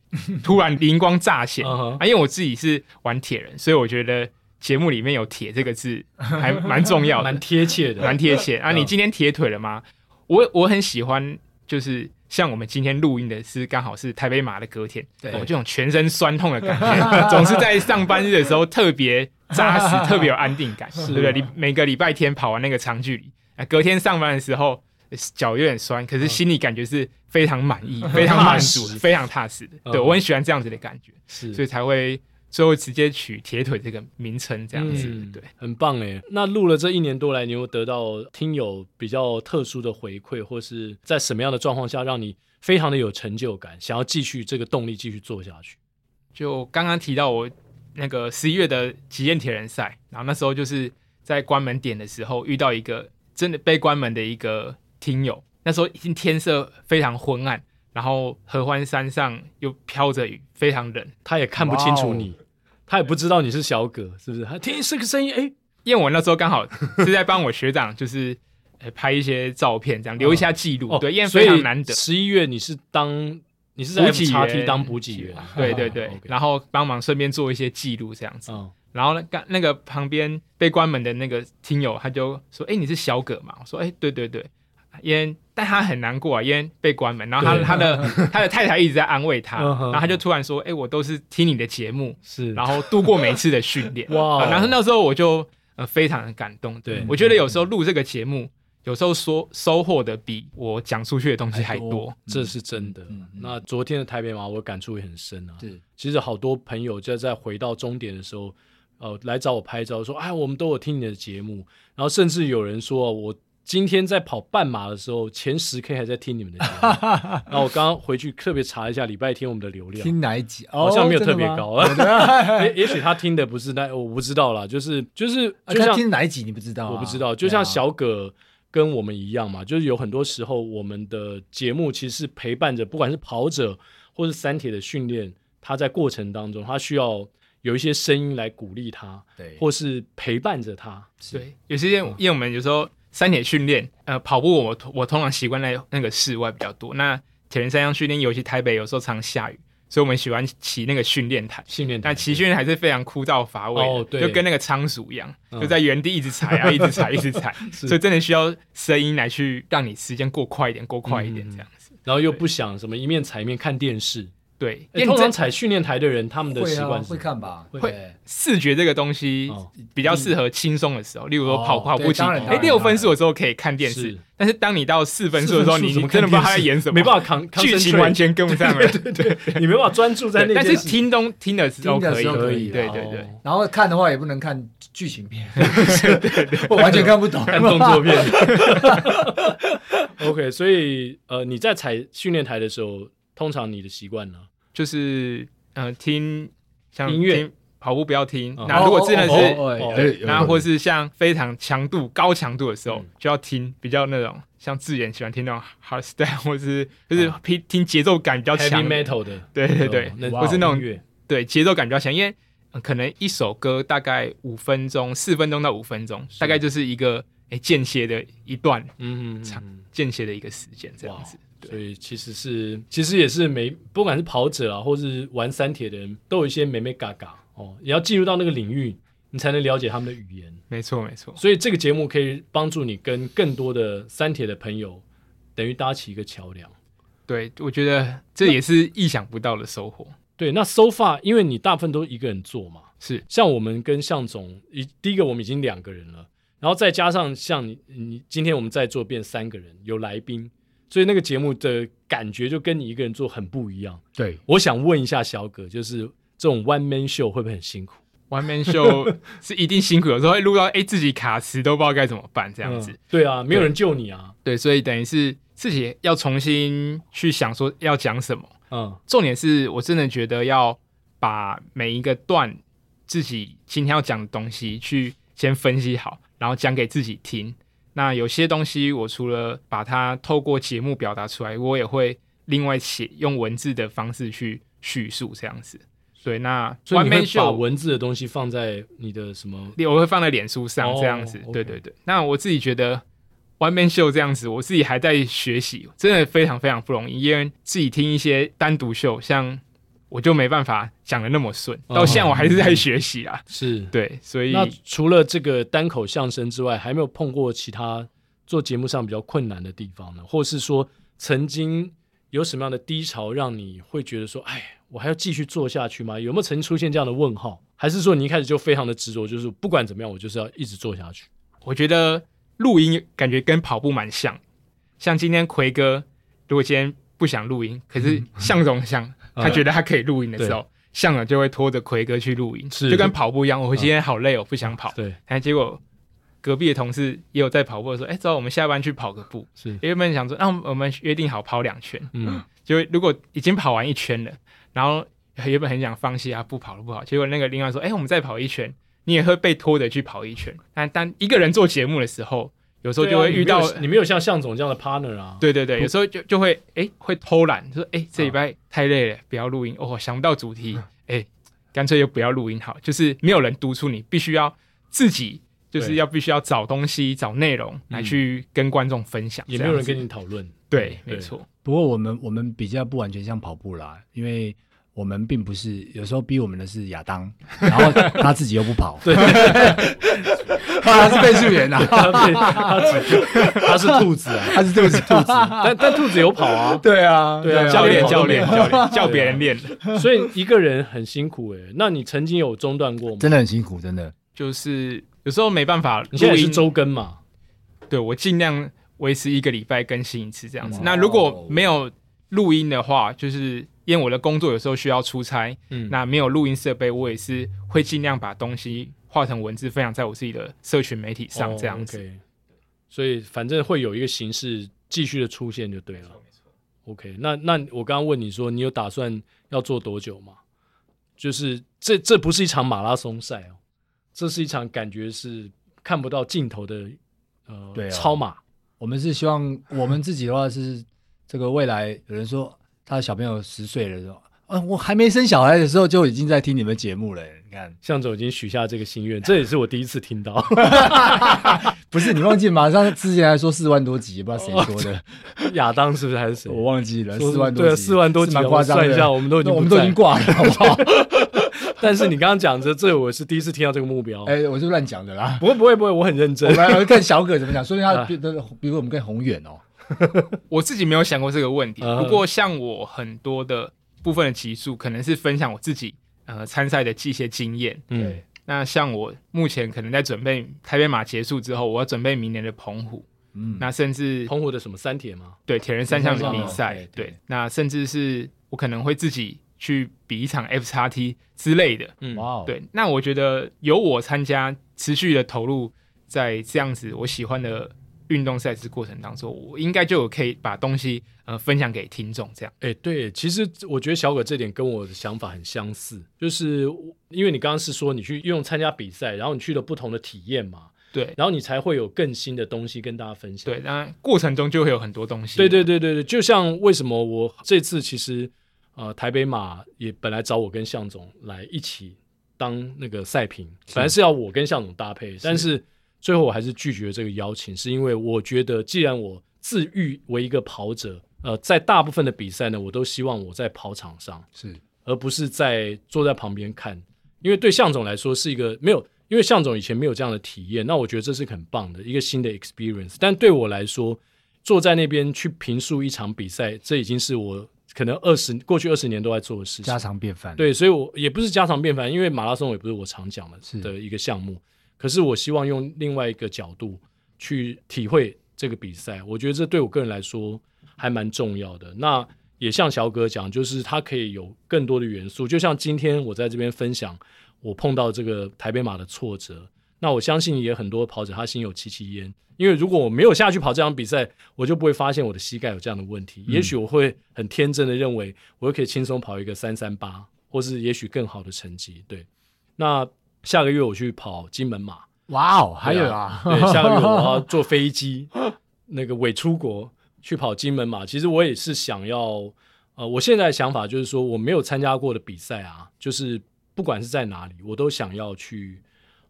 C: 突然灵光乍 现
A: 嗯哼
C: 啊，因为我自己是玩铁人，所以我觉得节目里面有“铁”这个字还蛮重要的，
A: 蛮贴切的，
C: 蛮贴切啊！
A: 嗯
C: 你今天铁腿了吗？我我很喜欢，就是像我们今天录音的是刚好是台北马的隔天，哦
B: 对
C: 我、这种全身酸痛的感 觉，总是在上班日的时候特别扎实，特别有安定感，对不对？你每个礼拜天跑完那个长距离，啊，隔天上班的时候。呃脚有点酸，
A: 嗯
C: 可是心里感觉是非常满 意、非常满足、非常踏实的。对
A: 嗯
C: 我很喜欢这样子的感觉，
A: 是，
C: 所以才会最后直接取“铁腿”这个名称这样子。
A: 嗯
C: 对，
A: 很棒哎。那录了这一年多来，你有得到听友比较特殊的回馈，或是在什么样的状况下让你非常的有成就感，想要继续这个动力继续做下去？
C: 就刚刚提到我那个十一月的极限铁人赛，然后那时候就是在关门点的时候遇到一个真的被关门的一个听友，那时候已经天色非常昏暗，然后合欢山上又飘着雨，非常冷。
A: 他也看不清楚你，
C: 哦
A: 他也不知道你是小葛，是不是？他听这个声音，哎，
C: 因为我那时候刚好是在帮我学长，就是呃拍一些照片，这样留一下记录，
A: 哦，
C: 对，因为非常难得。
A: 十一月你是当你是在
C: 补给
A: XT
C: 员
A: 当补给员，啊哦
C: 对对对
A: OK
C: 然后帮忙顺便做一些记录这样子。
A: 嗯，
C: 然后呢，刚那个旁边被关门的那个听友，他就说：“哎、你是小葛嘛？”我说：“哎、对对对。”因为但他很难过啊，因为被关门。然后他
A: 对
C: 他的他的太太一直在安慰他，
A: 嗯哼
C: 然后他就突然说：“哎、我都是听你的节目，
A: 是，
C: 然后度过每一次的训练。”
A: 哇
C: 啊然后那时候我就呃非常的感动。
A: 对
C: 我觉得有时候录这个节目，有时候说收获的比我讲出去的东西还
B: 还
C: 多
B: 多。
A: 这是真的。
B: 嗯嗯
A: 那昨天的台北马，我感触也很深啊。
B: 是
A: 其实好多朋友就在回到终点的时候，呃，来找我拍照说：“哎，我们都有听你的节目。”然后甚至有人说：“我今天在跑半马的时候，前十 K 还在听你们的 节目。”然后我刚刚回去特别查一下礼拜天我们的流量，
B: 听哪一集？哦
A: 好
B: 好
A: 像没有特别。高。
B: 啊
A: 也也许他听的不是那，我不知道啦。就是就是，
B: 啊
A: 就
B: 他
A: 像
B: 听哪一集你不知道啊？
A: 我不知道，就
B: 对啊
A: 像小葛跟我们一样嘛，就是有很多时候我们的节目其实是陪伴着，不管是跑者或是三铁的训练，他在过程当中，他需要有一些声音来鼓励他，
B: 对，
A: 或是陪伴着他。
C: 对，有些因因为我们有时候三铁训练，呃，跑步我我通常习惯在那个室外比较多。那铁人三项训练，尤其台北有时候常下雨，所以我们喜欢骑那个训练台。
A: 训练他
C: 那骑训练台是非常枯燥乏味的，
A: 哦对
C: 就跟那个仓鼠一样，
A: 嗯
C: 就在原地一直踩啊，一直踩，一 直踩，
A: 是
C: 所以真的需要声音来去让你时间过快一点，过快一点
A: 嗯嗯嗯
C: 这样子。
A: 然后又不想什么一面踩一面看电视。
C: 对，
A: 诶
B: 哎
C: 因为
A: 哎通
C: 你
A: 常
C: 这
A: 踩训练台的人，他们的
B: 会
A: 习
B: 啊
A: 惯是
B: 会看吧？
A: 会
B: 对
C: 视觉这个东西
A: 哦
C: 比较适合轻松的时候，例如说跑
A: 哦
C: 跑步
B: 对
C: 机，
B: 当然
A: 当
C: 哎，
A: 然
C: 六分数的时候可以看电视
A: 是，
C: 但是当你到四分数的时候，
B: 四分
C: 你
B: 数
C: 你真的不知道他在演什么，
A: 没办法扛，
C: 剧情完全跟不上 了。
A: 全，你没办法专注在那
C: 对
A: 件
C: 但
A: 事。
C: 是听东听的时候
B: 听的
C: 可以，
B: 时候
A: 可
B: 可
A: 以
B: 以
A: 啦，
C: 对对对
A: 哦，
B: 然后看的话也不能看剧情片，我完全看不懂。
A: 看动 作片。OK，所以呃，你在踩训练台的时候，通常你的习惯呢？
C: 就是嗯、呃听像
A: 音乐
C: 听跑步不要听
A: 哦。
C: 那如果真的
A: 哦哦
C: 是
A: 哦
B: 哎
A: 对
C: 那或是像非常强度高强度的时候
A: 嗯，
C: 就要听比较那种像志远喜欢听那种 hard style，或是就是听听节奏感比较
A: 哦 heavy
C: 强的。
A: metal 的，
C: 对对对
A: 哦，那
B: 哇
C: 或是那
A: 音
C: 种
A: 乐
C: 对节奏感比较强，因为呃可能一首歌大概五分钟，四分钟到五分钟，大概就是一个哎间歇的一段
A: 嗯，嗯
C: 长
A: 嗯
C: 间歇的一个时间这样子。
A: 嗯所以其实是其实也是每不管是跑者啊，或是玩三铁的人，都有一些美美嘎嘎哦，也要进入到那个领域，你才能了解他们的语言。
C: 没错，没错，
A: 所以这个节目可以帮助你跟更多的三铁的朋友，等于搭起一个桥梁。
C: 对，我觉得这也是意想不到的收获。
A: 对，那 so far，因为你大部分都一个人做嘛，
C: 是
A: 像我们跟向总，一第一个我们已经两个人了，然后再加上像你，你今天我们在座变三个人，有来宾，所以那个节目的感觉就跟你一个人做很不一样。
B: 对，
A: 我想问一下小葛，就是这这种 one man show 会不会很辛苦？
C: One Man Show 是一定辛苦，有时候会录到哎、诶自己卡词都不知道该怎么办这样子。
A: 嗯对啊，没有人救你啊。
C: 对，所以等于是自己要重新去想说要讲什么。
A: 嗯
C: 重点是我真的觉得要把每一个段自己今天要讲的东西去先分析好，然后讲给自己听。那有些东西我除了把它透过节目表达出来，我也会另外写用文字的方式去叙述这样子。对，那
A: 所以你
C: One Man
A: 会把
C: Show
A: 文字的东西放在你的什么？
C: 我会放在脸书上
A: 哦
C: 这样子。
A: OK
C: 对对对，那我自己觉得 One Man Show 这样子，我自己还在学习，真的非常非常不容易，因为自己听一些单独秀，像我就没办法讲的那么顺，
A: 嗯
C: 到现在我还是在学习啊。
A: 是。
C: 对，所以
A: 那除了这个单口相声之外，还没有碰过其他做节目上比较困难的地方呢？或是说，曾经有什么样的低潮让你会觉得说，哎，我还要继续做下去吗？有没有曾经出现这样的问号？还是说你一开始就非常的执着，就是不管怎么样，我就是要一直做下去？
C: 我觉得录音感觉跟跑步蛮像，像今天奎哥如果今天不想录音，可
A: 嗯
C: 是 向总 想他觉得他可以录音的时候，向总就会拖着奎哥去录音，
A: 是
C: 就跟跑步一样。我今天好累哦，不想跑。
A: 对，
C: 哎，结果隔壁的同事也有在跑步的说，哎，走，我们下班去跑个步。
A: 是，
C: 原本想说，那我们约定好跑两圈，
A: 嗯，
C: 就如果已经跑完一圈了，然后原本很想放弃啊，不跑了不跑，结果那个另外说，哎，我们再跑一圈，你也会被拖着去跑一圈。但但一个人做节目的时候，有时候就会遇到，
A: 对啊你没有你没有像向总这样的 partner 啊？，
C: 对对对，有时候就就会哎会偷懒，就说哎这礼
A: 啊
C: 拜太累了，不要录音哦，想不到主题，
A: 嗯
C: 哎干脆就不要录音好，就是没有人督促你，必须要自己就是
A: 对
C: 要必须要找东西找内容来去跟观众分享，
A: 嗯也没有人
C: 这
A: 跟
C: 样子
A: 你讨论。
C: 对，没
A: 对
C: 错，
B: 不过我们我们比较不完全像跑步啦，因为我们并不是有时候逼我们的是亚 当，然后他自己又不跑，对， 他是被素员啊，
A: 他被 他只他是兔子啊，
B: 他是兔子兔子，
A: 但但兔子有跑啊，
B: 对啊，
A: 对啊
B: 啊，
C: 教练
A: 跑
C: 教
A: 都没
C: 练
A: 有
C: 教练叫别人练的。
A: 所以一个人很辛苦诶、那你曾经有中断过吗？
B: 真的很辛苦，真的。
C: 就是有时候没办法
A: 你现在
C: 录
A: 也是
C: 音，
A: 周更嘛？
C: 对我尽量维持一个礼拜更新一次这样子。
B: 嗯
C: 那
B: 哦
C: 如果没有录音的话，就是因为我的工作有时候需要出差，
A: 嗯
C: 那没有录音设备，我也是会尽量把东西画成文字分享在我自己的社群媒体上这样子。
A: 哦，OK 所以反正会有一个形式继续的出现就对了。OK，那那我刚刚问你说，你有打算要做多久吗？就是这这不是一场马拉松赛哦，这是一场感觉是看不到尽头的呃、
B: 对啊
A: 超马。
B: 我们是希望我们自己的话是这个未来有人说他的小朋友十岁的时候，啊，我还没生小孩的时候就已经在听你们节目了。你看，
A: 向总已经许下这个心愿，这也是我第一次听到。
B: 不是你忘记，马上之前还说四万多集，不知道谁 说的，
A: 亚当是不是还是谁？
B: 我忘记了，
A: 说
B: 四万多集，
A: 对啊四万多集
B: 是蛮夸张的。
A: 我算一下我们都已经
B: 那我们
A: 不
B: 都
A: 在
B: 已经挂了，好不 好？
A: 但是你刚刚讲这，这我是第一次听到这个目标。
B: 哎，我是乱讲的啦。
A: 不会不会不会，我很认
B: 我
A: 真
B: 们。来看小葛怎么讲，说
A: 啊
B: 明他比比我们更宏远哦。
C: 我自己没有想过这个问题，
A: 嗯
C: 不过像我很多的部分的集数，可能是分享我自己呃参赛的一些经验，
A: 嗯，
C: 那像我目前可能在准备台北马结束之后，我要准备明年的澎湖，
B: 嗯，
C: 那甚至
A: 澎湖的什么三铁吗？
C: 对铁人三项的比
B: 铁人
C: 赛
B: 三项，对
C: 对
B: 对，
C: 那甚至是我可能会自己去比一场 F 叉 T 之类的，
A: 嗯
B: 哇哦，，
C: 对，那我觉得有我参加，持续的投入在这样子我喜欢的运动赛事过程当中，我应该就有可以把东西呃分享给听众这样。
A: 哎、对，其实我觉得小葛这点跟我的想法很相似，就是我因为你刚刚是说你去用参加比赛，然后你去了不同的体验嘛，
C: 对
A: 然后你才会有更新的东西跟大家分享。
C: 对，那过程中就会有很多东西。
A: 对对对对对，就像为什么我这次其实呃台北马也本来找我跟向总来一起当那个赛评，本来是要我跟向总搭配，但是最后我还是拒绝这个邀请，是因为我觉得既然我自愈为一个跑者，呃，在大部分的比赛呢，我都希望我在跑场上，
B: 是
A: 而不是在坐在旁边看。因为对向总来说是一个没有，因为向总以前没有这样的体验，那我觉得这是很棒的一个新的 experience。但对我来说，坐在那边去评述一场比赛，这已经是我可能二十过去二十年都在做的事情
B: 家。常便饭。，
A: 对，所以我也不是家常便饭，因为马拉松也不是我常讲的
B: 是
A: 的一个项目。可是我希望用另外一个角度去体会这个比赛，我觉得这对我个人来说还蛮重要的。那也像小哥讲，就是它可以有更多的元素。就像今天我在这边分享我碰到这个台北马的挫折，那我相信也很多跑者他心有戚戚焉，因为如果我没有下去跑这场比赛，我就不会发现我的膝盖有这样的问题。也许我会很天真的认为，我又可以轻松跑一个三三八，或是也许更好的成绩。对，那下个月我去跑金门 马，
B: 哇哦，还有
A: 对
B: 啊，
A: 对，下个月我要坐飞机，那个伪出国去跑金门马。其实我也是想要，呃，我现在的想法就是说，我没有参加过的比赛啊，就是不管是在哪里，我都想要去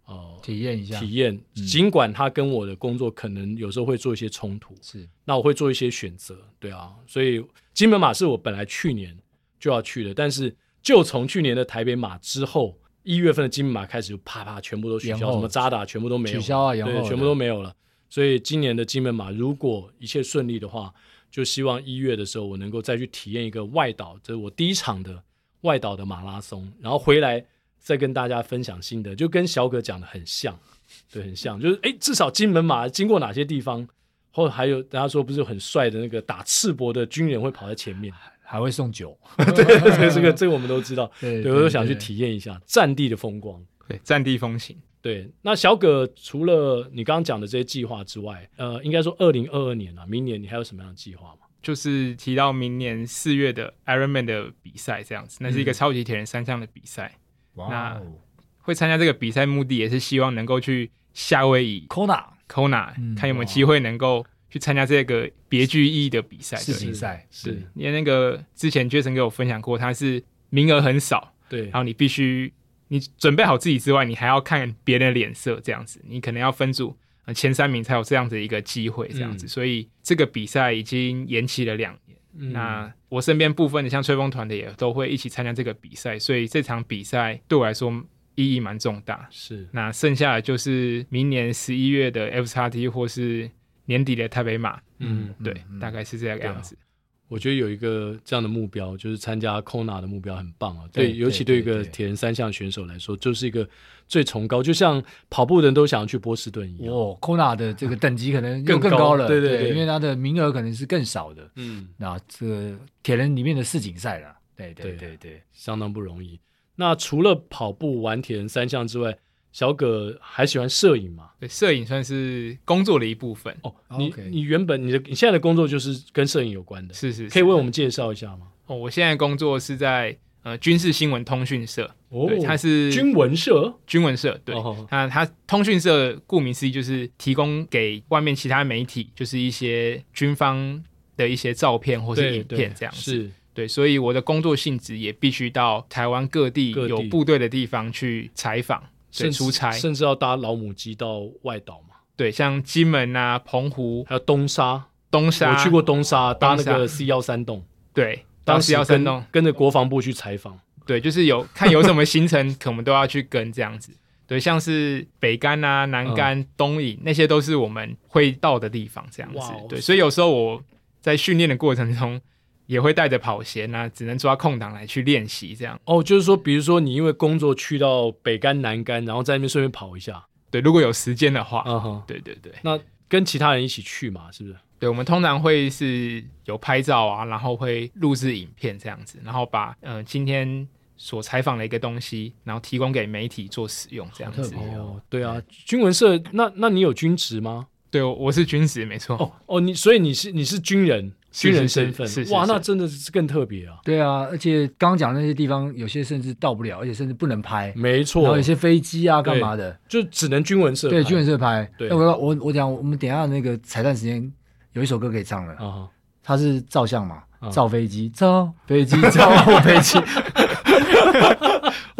A: 呃
B: 体验嗯一下，
A: 体验，尽管它跟我的工作可能有时候会做一些冲突，
B: 是
A: 那我会做一些选择，对啊，所以金门马是我本来去年就要去的，但是就从去年的台北马之后，一月份的金门马开始就啪啪全部都取消，
B: 延后
A: 什么扎打全部都没有了，
B: 取消啊延后
A: 对，全部都没有了。所以今年的金门马，如果一切顺利的话，就希望一月的时候我能够再去体验一个外岛，这是我第一场的外岛的马拉松，然后回来再跟大家分享心得，就跟小葛讲的很像， 对，很像，就是诶，至少金门马经过哪些地方，后还有大家说不是有很帅的那个打赤膊的军人会跑在前面，
B: 还会送酒，
A: 对对对，这个这个我们都知道，
B: 对
A: 对，我就想去，体验一下战地的风光。
C: 对，战地风情。
A: 对，那小葛除了你刚刚讲的这些计划之外，呃，应该说二零二二年啊，明年你还有什么样的计划吗？
C: 就是提到明年四月的 Ironman 的比赛这样子，那是一
A: 嗯
C: 个超级铁人三项的比赛。
B: 哇
A: 哦
C: 会参加这个比赛目的也是希望能够去夏威夷
B: ，Kona
C: Kona，、
B: 嗯
C: 看有没有机会能够去参加这个别具意义的比赛。
B: 世
C: 对
B: 锦赛
A: 哎是，
C: 嗯因为那个之前 Jason 给我分享过，他是名额很少，
A: 对
C: 然，后你必须你准备好自己之外，你还要看别人的脸色，这样子，你可能要分组、呃前三名才有这样子一个机会，这样子，
A: 嗯
C: 所以这个比赛已经延期了两年。
A: 嗯
C: 那我身边部分的像吹风团的也都会一起参加这个比赛，所以这场比赛对我来说意义蛮重大。
A: 是
C: 那剩下的就是明年十一月的 F x T 或是年底的台北马，
A: 嗯，
C: 对，
B: 嗯
C: 大概是这个
A: 对啊
C: 样子。
A: 我觉得有一个这样的目标，就是参加 Kona 的目标很棒啊。
B: 对
A: 对，尤其对
B: 对
A: 一个
B: 对对
A: 铁人三项选手来说，就是一个最崇高，就像跑步的人都想要去波士顿一样。
B: 哇，Kona 的这个等级可能又
A: 更
B: 更
A: 高
B: 高了，
A: 对对对
B: 因为它的名额可能是更少的。
A: 嗯，
B: 那这个铁人里面的世锦赛啦，对对
A: 对啊
B: 对对，
A: 相当不容易。那除了跑步、玩铁人三项之外，小葛还喜欢摄影嘛？
C: 对，摄影算是工作的一部分，
A: 哦，
B: 哦
A: 你
B: OK
A: 你原本你的你现在的工作就是跟摄影有关的，
C: 是是是
A: 可以为我们介绍一下吗？
C: 哦，我现在工作是在呃军事新闻通讯社，
A: 哦
C: 对，它是
A: 军文社，
C: 军文社，对。
A: 哦
C: 那它通讯社顾名思义就是提供给外面其他媒体，就是一些军方的一些照片或是
A: 对
C: 影
A: 对
C: 片这样子。
A: 是
C: 对，所以我的工作性质也必须到台湾各地
A: 各地
C: 有部队的地方去采访，对，
A: 甚至
C: 出差。
A: 甚至要搭老母鸡到外岛嘛，
C: 对，像金门啊、澎湖、
A: 还有东沙，
C: 东沙，
A: 我去过。东沙，搭那
C: 东
A: 个 C 幺三洞，
C: 对，
A: 当
C: 当时
A: 时
C: 要
A: 跟
C: 生动。
A: 跟着国防部去采访，
C: 对，就是有看有什么行程， 可我们都要去跟这样子。对，像是北干啊、南干、
B: 嗯
C: 东引，那些都是我们会到的地方，这样
A: 哇
C: 子
A: 哦。
C: 对，所以有时候我在训练的过程中，也会带着跑鞋啊，只能抓空档来去练习，这样。
A: 哦，就是说，比如说你因为工作去到北干、南干，然后在那边顺便跑一下，
C: 对，如果有时间的话，
A: 嗯哼，
C: 对对对，
A: 那跟其他人一起去嘛，是不是？
C: 对，我们通常会是有拍照啊，然后会录制影片这样子，然后把呃今天所采访的一个东西，然后提供给媒体做使用，这样
B: 好特
C: 子
B: 别。哦
A: 哦，对啊，军文社，那那你有军职吗？
C: 对，我我是军职，没错。
A: 哦哦，你所以你是你是军人，
C: 是
A: 军人
C: 是
A: 身份，
C: 是是
A: 哇，
C: 是
A: 那真的是更特别啊，
B: 对啊，而且刚刚讲的那些地方，有些甚至到不了，而且甚至不能拍，
A: 没
B: 然
A: 嗯
B: 后
A: 错
B: 有，些飞机啊干嘛的，
A: 就只能军文社
B: 对，
A: 拍
B: 军人社拍。
A: 对
B: 那我我我讲，我们等一下那个彩蛋时间有一首歌可以唱了，
A: 啊哈，
B: 它是照相嘛
A: 嗯，
B: 照飞机，照飞机，照飞机， 哦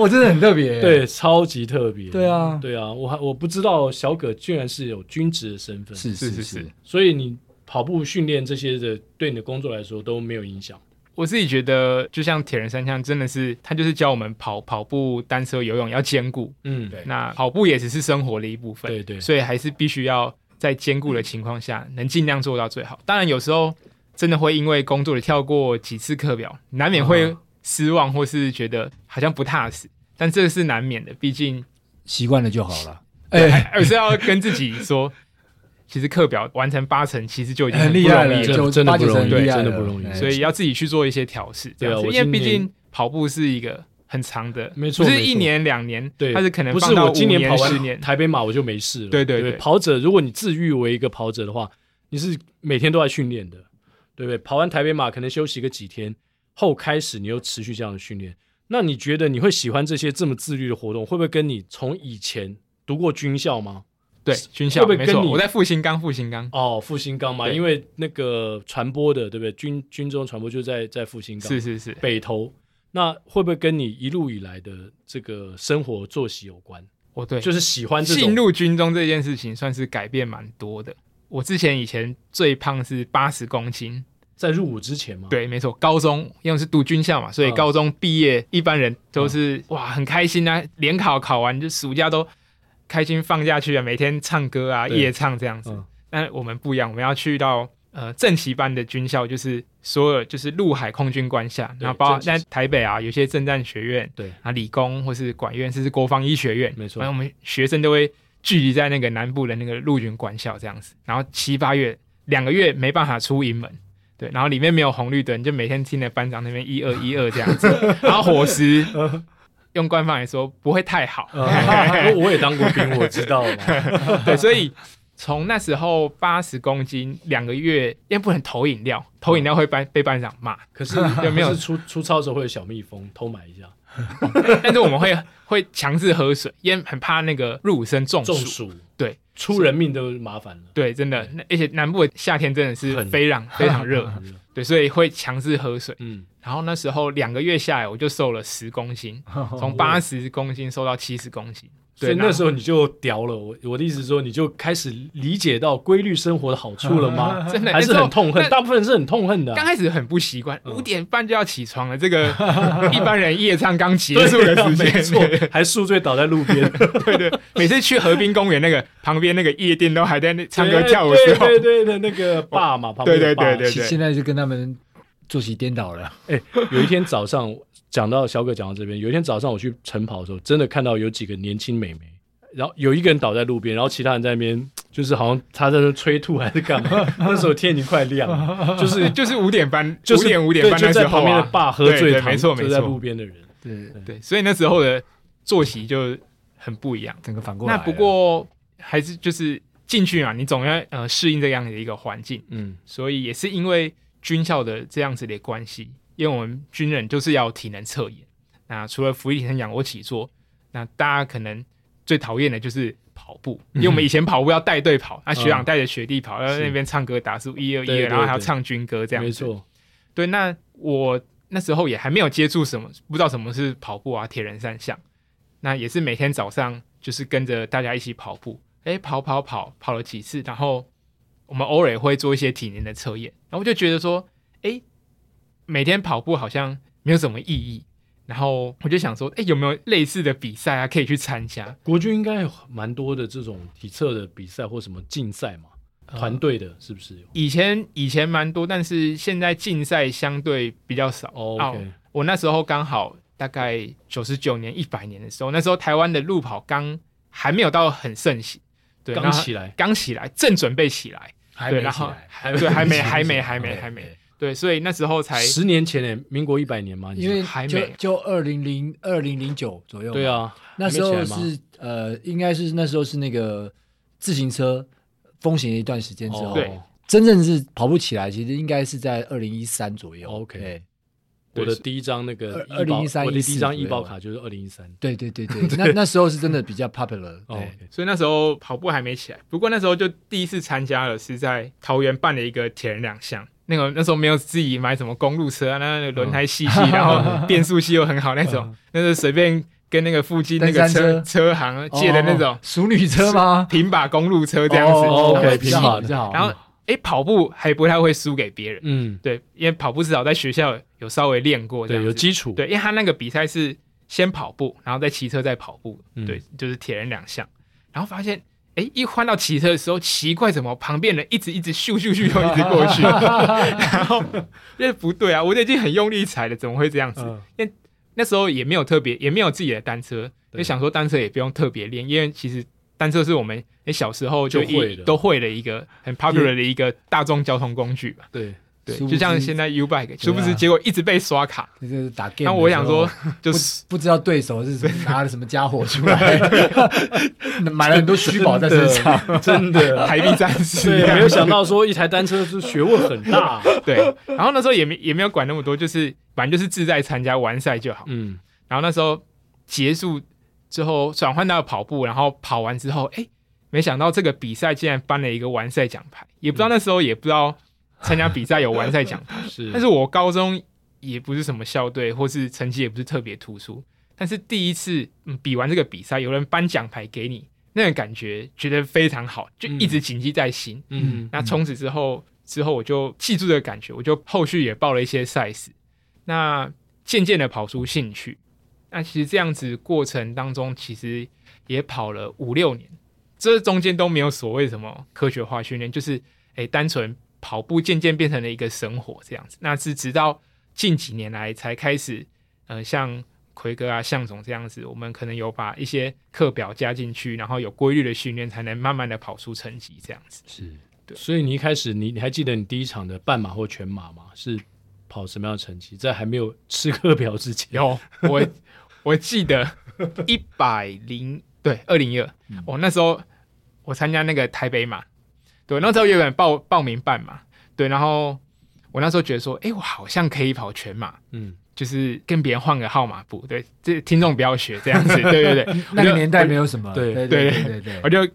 B: 哇，真的很特别。
A: 对，超级特别，
B: 对啊
A: 对啊，我还我不知道小葛居然是有军职的身份，
B: 是是
C: 是
B: 是
C: 是
B: 是，
A: 所以你跑步训练这些的，对你的工作来说都没有影响。
C: 我自己觉得，就像铁人三项，真的是他就是教我们跑跑步、单车、游泳要兼顾。
A: 嗯，
B: 对
C: 那跑步也只是生活的一部分，
A: 对对
C: 所以还是必须要在兼顾的情况下，能尽量做到最好。当然，有时候真的会因为工作的跳过几次课表，难免会
A: 嗯
C: 失望，或是觉得好像不踏实。但这个是难免的，毕竟
B: 习惯了就好了。哎，
C: 还是要跟自己说，其实课表完成八成，其实就已经
B: 很厉
C: 不容
B: 害了，
C: 易
A: 真的
B: 就
A: 真的
B: 八
A: 不
B: 九成
A: 容易
B: 很厉害
A: 真的
B: 了
A: 不容易
B: 哎
C: 所以要自己去做一些调试。这
A: 对啊
C: 样子
A: 我
C: 因为
A: 今
C: 毕
A: 年
C: 竟跑步是一个很长的，
A: 没错
C: 不
A: 没
C: 是
A: 错
C: 一年两年，
A: 对，
C: 它是可能
A: 不是
C: 放到
A: 我今
C: 五
A: 年跑
C: 十
A: 完
C: 年，
A: 台北马我就没事了。
C: 对对
A: 对
C: 对
A: 跑者，如果你自愈为一个跑者的话，你是每天都在训练的，对不对？跑完台北马可能休息个几天后，开始你又持续这样的训练。那你觉得你会喜欢这些这么自律的活动？会不会跟你从以前读过军校吗？
C: 对军校
A: 会不会
C: 没
A: 跟
C: 错，
A: 你
C: 我在复兴刚复兴刚
A: 哦，复兴岗嘛，
C: 对
A: 因为那个传播的，对不对？军军中传播就在在复兴岗，
C: 是是是，
A: 北投。那会不会跟你一路以来的这个生活作息有关？
C: 哦对，
A: 就是喜欢这种
C: 进入军中这件事情算是改变蛮多的。我之前以前最胖是八十公斤，
A: 在入伍之前吗？
C: 对，没错，高中因为是读军校嘛，所以
A: 嗯
C: 高中毕业一般人都是、哇很开心啊，联考考完就暑假都开心放假去啊，每天唱歌啊，
A: 对
C: 夜唱这样子。
A: 嗯
C: 但我们不一样，我们要去到呃正旗班的军校，就是所有就是陆海空军官校，
A: 对
C: 然后包括
A: 正
C: 在
A: 旗
C: 台北啊，有些政战学院，
A: 对
C: 啊理工或是管院，甚至国防医学院，
A: 没错
C: 然后我们学生都会聚集在那个南部的那个陆军官校这样子，然后七八月两个月没办法出营门。对，然后里面没有红绿灯，就每天听着班长那边一二一二这样 子，然后伙食
A: 嗯
C: 用官方来说不会太好，
A: 啊，我我也当过兵，我知道 嘛。
C: 对，所以从那时候八十公斤两个月，因为不能投饮料，投饮料会班被班长骂，
A: 可是
C: 有没有
A: 可是出出操的时候会有小蜜蜂偷买一下
C: 但是我们会会强制喝水，因为很怕那个入伍生中暑。
A: 中暑，
C: 嗯对
A: 出人命都麻烦了。
C: 对，真的，那而且南部的夏天真的是
A: 嗯很
C: 非常非常热， 对，所以会强制喝水。
A: 嗯，
C: 然后那时候两个月下来，我就瘦了十 公斤，从八十公斤瘦到七十公斤。
A: 哦所
C: 对，
A: 以那
C: 候
A: 时候你就屌了。我我的意思是说，你就开始理解到规律生活的好处了吗？
C: 真的
A: 还是
C: 那时
A: 很
C: 候
A: 痛恨，
C: 那
A: 大部分人是很痛恨的啊。
C: 刚开始很不
A: 嗯
C: 习惯，五点半就要起床了，这 个一般人夜唱刚结束的时间，
A: 没错，还宿醉倒在路边，
C: 对对，每次去河滨公园那个旁边那个夜店都还在那 唱歌跳舞的时
A: 对
C: 候，
A: 对对对，那个爸嘛，旁边的
C: 对对对
A: 爸
C: 对
B: 现现在就跟他们作息颠倒了，
A: 有一天早上讲到小葛讲到这边，有一天早上我去晨跑的时候，真的看到有几个年轻美眉，然后有一个人倒在路边，然后其他人在那边就是好像他在那催吐还是干嘛，那时候天已经快亮了，就是
C: 就是五点半，
A: 就
C: 五
A: 是
C: 点五点半
A: 对
C: 那
A: 就在
C: 时
A: 旁
C: 候
A: 边的
C: 啊，
A: 爸喝醉
C: 对对
A: 躺，
C: 没错
A: 就
C: 没
A: 在路
C: 错，嗯
A: 边的人，
B: 对，
C: 对，所以那时候的作息就很不一样。
B: 整个反过来
C: 那
B: 了。
C: 不过还是就是进去嘛，你总要呃适应这样的一个环境，
A: 嗯，
C: 所以也是因为军校的这样子的关系，因为我们军人就是要体能测验，那除了浮力挺身、仰卧起坐，那大家可能最讨厌的就是跑步，因为我们以前跑步要带队跑，那、学长带着学弟跑，要、
A: 嗯是
C: 那边唱歌打数一二一
A: 对对
C: 二，然后还要
A: 对
C: 唱军歌这样
A: 没
C: 子。
A: 错，
C: 对，那我那时候也还没有接触什么，不知道什么是跑步啊，铁人三项。那也是每天早上就是跟着大家一起跑步，诶，跑跑跑，跑了几次，然后我们偶尔也会做一些体能的测验，然后我就觉得说，诶，每天跑步好像没有什么意义。然后我就想说，诶，有没有类似的比赛啊，可以去参加？
A: 国军应该有蛮多的这种体测的比赛或什么竞赛嘛，
B: 呃
A: 团队的是不是有？
C: 以前以前蛮多，但是现在竞赛相对比较少。
A: 哦
C: 啊
A: ，OK
C: 我那时候刚好大概九十九年、一百年的时候，那时候台湾的路跑刚还没有到很盛行，对，
A: 刚
C: 然后
A: 起来
C: 刚起来，正准备起来，
B: 还
C: 对，
B: 没
C: 然
B: 起
C: 后
B: 来，
C: 还 对，还没，还没，
A: 没
C: 还没，
A: OK，
C: 还没
A: OK，
C: 对，所以那时候才
A: 十年前呢，民国一百年嘛，你
B: 因为
C: 还
B: 就
C: 没
B: 就二零零二零零九左右，
A: 对，啊，
B: 那时
A: 还
B: 候
A: 没起来吗
B: 是呃，应该是那时候是那个自行车风行了一段时间之后，
A: 哦
C: 对
B: 真正是跑步起来，其实应该是在二零一三左右。
A: 哦 OK
B: 对
A: 我的
C: 对
A: 第一张那个
B: 二
A: 医保
B: 2013
A: 我的第一张
B: 14
A: 医保卡就是二零一三。
B: 对对对 对，那那时候是真的比较 popular
A: 哦
B: 对。
C: 所以那时候跑步还没起来，不过那时候就第一次参加了，是在桃园办的一个铁人两项。那个那时候没有自己买什么公路车啊，那那个轮胎细细，然后变速器又很好那种，那是随便跟那个附近那个
B: 登山
C: 车
B: 车
C: 车行借的那
B: 哦
C: 种
B: 熟女车吗？
C: 平把公路车 这样子。
B: 哦
A: ，OK，
C: 然后
B: 比
A: 平
B: 较
A: 把
B: 好比较好。
C: 然后诶，跑步还不太会输给别人，
A: 嗯，
C: 对，因为跑步至少在学校有稍微练过，
A: 对，
C: 这样
A: 有
C: 子。
A: 基础。
C: 对，因为他那个比赛是先跑步，然后再骑车，再跑步，
A: 嗯
C: 对，就是铁人两项。然后发现，哎，一换到骑车的时候，奇怪，怎么旁边人一直一直咻咻咻又一直过去， 然后这不对啊，我都已经很用力踩了，怎么会这样子？
A: 嗯，
C: 那时候也没有特别，也没有自己的单车，
A: 对
C: 就想说单车也不用特别练，因为其实但这是我们诶小时候就
A: 就
C: 一
A: 会的
C: 都会的一个很 popular 的一个大众交通工具吧。
A: 对，
C: 对，
B: 殊不
C: 就像
B: 知
C: 现在 U Bike，殊不
B: 对
C: 知
B: 啊
C: 结果一直被刷卡。
B: 这就是打 game。
C: 那我想说，，就是
B: 不知道对手是什么拿了什么家伙出 来，买了很多虚宝在身上。
A: 真的。
C: 台币战士 一
A: 啊对，
C: 样，
A: 没有想到说一台单车是学问很 大。啊
C: 对，然后那时候也没也没有管那么多，就是反正就是自在参加完赛就好。
A: 嗯，
C: 然后那时候结束之后转换到跑步，然后跑完之后，哎，没想到这个比赛竟然颁了一个完赛奖牌，也
A: 嗯
C: 不知道那时候也不知道参加比赛有完 赛奖牌。
A: 是，
C: 但是我高中也不是什么校队，或是成绩也不是特别突出，但是第一次、嗯、比完这个比赛，有人颁奖牌给你，那个感觉觉得非常好，就一直谨记在心。
A: 嗯，
C: 那从此之后，之后我就记住这个感觉，我就后续也报了一些赛事，那渐渐的跑出兴趣。那其实这样子过程当中，其实也跑了五六年，这中间都没有所谓什么科学化训练，就是诶、单纯跑步渐渐变成了一个生活这样子。那是直到近几年来才开始，呃，像奎哥啊、向总这样子，我们可能有把一些课表加进去，然后有规律的训练，才能慢慢的跑出成绩这样子。
A: 是，
C: 对
A: 所以你一开始你你还记得你第一场的半马或全马吗？是跑什么样的成绩？在还没有吃课表之前，
C: 有，我我记得一百零对二零一二，我那时候我参加那个台北马，对，那时候原本报报名办嘛，对，然后我那时候觉得说，哎、我好像可以跑全马，
A: 嗯，
C: 就是跟别人换个号码布，对，这听众不要学这样子，对对对，
B: 那个年代没有什么，
A: 对
B: 对
C: 对
B: 对对对
C: 我
B: 对，
C: 就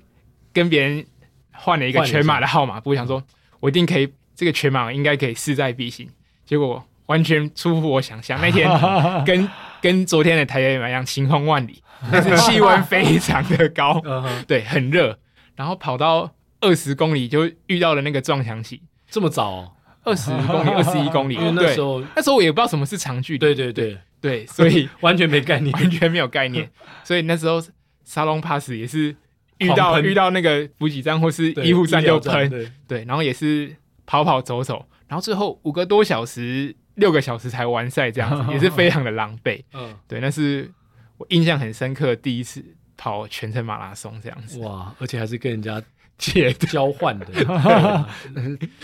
C: 跟别人换了一个
A: 换了一
C: 全马
A: 下嗯
C: 的号码布，想说我一定可以，这个全马应该可以势在必行。结果完全出乎我想象， 那天跟跟昨天的台北马一样，晴空万 里，但是气温非常的高，
A: 嗯
C: 对，很热。然后跑到二十公里就遇到了那个撞墙期，
A: 这么早哦，
C: 二十公里、二十一公里，
A: 因为 那
C: 对
A: 时候，
C: 那时候我也不知道什么是长距离，
A: 对对对，
C: 对，所以
A: 完全没概念，
C: 完全没有概念。所以那时候沙龙 pass 也是遇
A: 狂
C: 到
A: 喷
C: 遇到那个补给站或是
A: 对
C: 医护站
A: 疗
C: 就喷，
A: 对
C: 对，然后也是跑跑走走，然后最后五个多小时、六个小时才完赛，这 样子也是非常的狼狈。
A: 嗯，
C: 对，那是我印象很深刻的第一次跑全程马拉松这样
B: 啊
C: 子。
A: 哇，而且还是跟人 家
C: 姐，
A: 交换的，对啊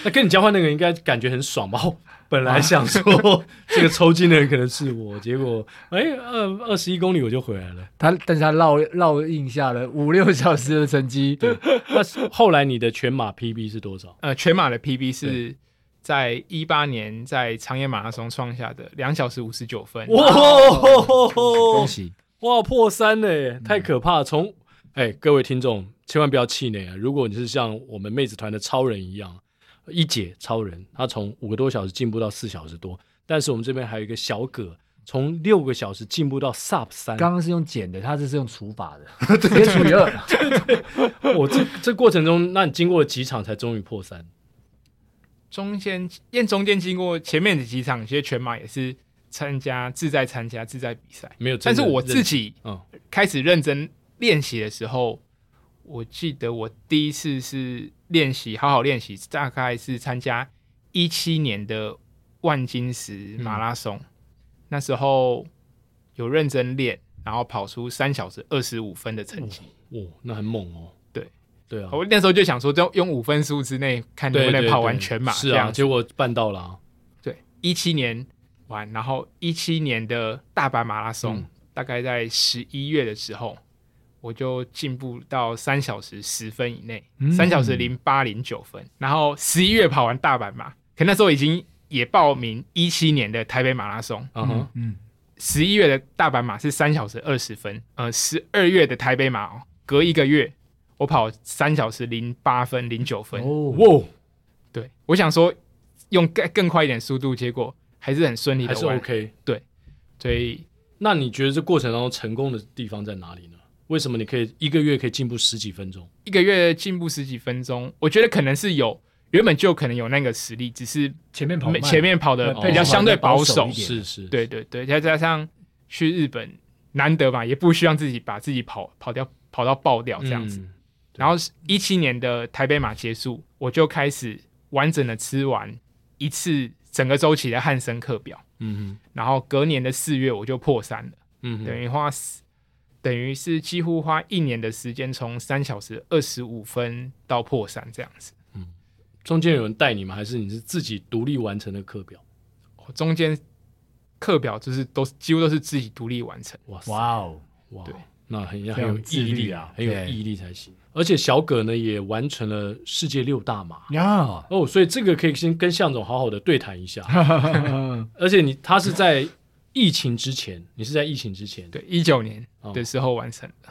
A: 那跟你交换那个人应该感觉很爽吧？哦本
B: 啊
A: 来想 说这个抽筋的人可能是我，结果哎，二二十一公里我就回来了。
B: 他但是他烙烙印下了五六小时的成绩，
A: 那是后来你的全马 PB 是多少？
C: 呃，全马的 PB 是在一八年在长野马拉松创下的两小时五十九分。
A: 哇
B: 恭！喜！
A: 哇，破三
C: 嗯
A: 嘞，太可怕了！从哎，各位听众千万不要气馁啊！如果你是像我们妹子团的超人一样，一姐超人，她从五个多小时进步到四小时多，但是我们这边还有一个小葛，从六个小时进步到 sub
C: 哦
A: 三。
B: 刚刚是用减的，他这是用除法 的，直接除以二。
A: 我这这过程中，那你经过了几场才终于破三？
C: 中间，因为中间经过前面的几场，其实全马也是参加自在参加自在比赛，
A: 没有真
C: 但
A: 的
C: 是
A: 认，
C: 我自己
A: 嗯
C: 开始认真练习的时候，我记得我第一次是练习好好练习，大概是参加一七年的万金石马拉
A: 嗯
C: 松，那时候有认真练，然后跑出三小时二十五分的成绩。
A: 哦，那很猛哦。
C: 对
A: 对啊，
C: 我那时候就想说，就用五分数之内看能
A: 对
C: 不
A: 对
C: 能
A: 对
C: 跑完全马。
A: 是
C: 这
A: 啊，
C: 样子
A: 结果办到了啊。
C: 对，一七年完，然后一七年的大阪马拉松，
A: 嗯
C: 大概在十一月的时候，我就进步到三小时十分以内，
A: 嗯
C: 三、小时零八零九分。然后十一月跑完大阪马，可那时候已经也报名一七年的台北马拉松，
A: 嗯哼，
B: 嗯，
C: 十一月的大阪马是三小时二十分，呃，十二月的台北马哦，隔一个月我跑三小时零八分零九分。
B: 哦，
A: 哇，
C: 对，我想说用更更快一点速度，结果还是很顺利的
A: 还是 OK。
C: 所以
A: 那你觉得这过程当中成功的地方在哪里呢？为什么你可以一个月可以进步十几分钟？
C: 一个月进步十几分钟，我觉得可能是有原本就可能有那个实力，只是
B: 前面跑慢
C: 前面跑的
B: 哦
C: 比较相对保
B: 跑得保
C: 守
B: 守一。点啊
A: 是是，
C: 对对对，再加上去日本难得嘛，也不希望自己把自己跑跑掉跑到爆掉
A: 嗯，
C: 这样子。然后一七年的台北马结束，我就开始完整的吃完一次整个周期的汉森课表，
A: 嗯哼
C: 然后隔年的四月我就破三了。
A: 嗯哼，
C: 等于花四等于是几乎花一年的时间，从三小时二十五分到破三这样子。
A: 中间有人带你吗？还是你是自己独立完成的课表？
C: 我哦中间课表就是都是几乎都是自己独立完成。
A: 哇塞
B: 哇哦，
A: 哇
C: 对，
A: 那很要
B: 非
A: 很
B: 常
A: 有
B: 自
A: 毅
B: 律
A: 力
B: 啊
A: 很有
B: 对
A: 毅力才行。而且小葛呢也完成了世界六大马
B: 呀，
A: 哦，所以这个可以先跟向总好好的对谈 一下。而且你他是在疫情之前，你是在疫情之前
C: 对，一九年
A: 哦
C: 的时候完成的。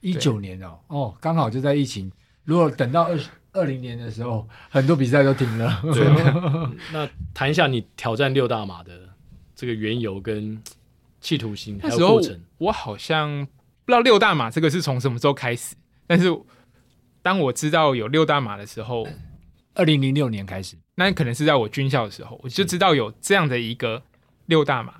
B: 一九年哦，哦，刚好就在疫情。如果等到二二零年的时候，很多比赛都停了。
A: 对 啊，那谈一下你挑战六大马的这个缘由跟企图心，还
C: 那
A: 有
C: 时候
A: 过程。
C: 我好像不知道六大马这个是从什么时候开始，但是当我知道有六大马的时候，
B: 二零零六年开始，
C: 那可能是在我军校的时候，我就知道有这样的一个六大马。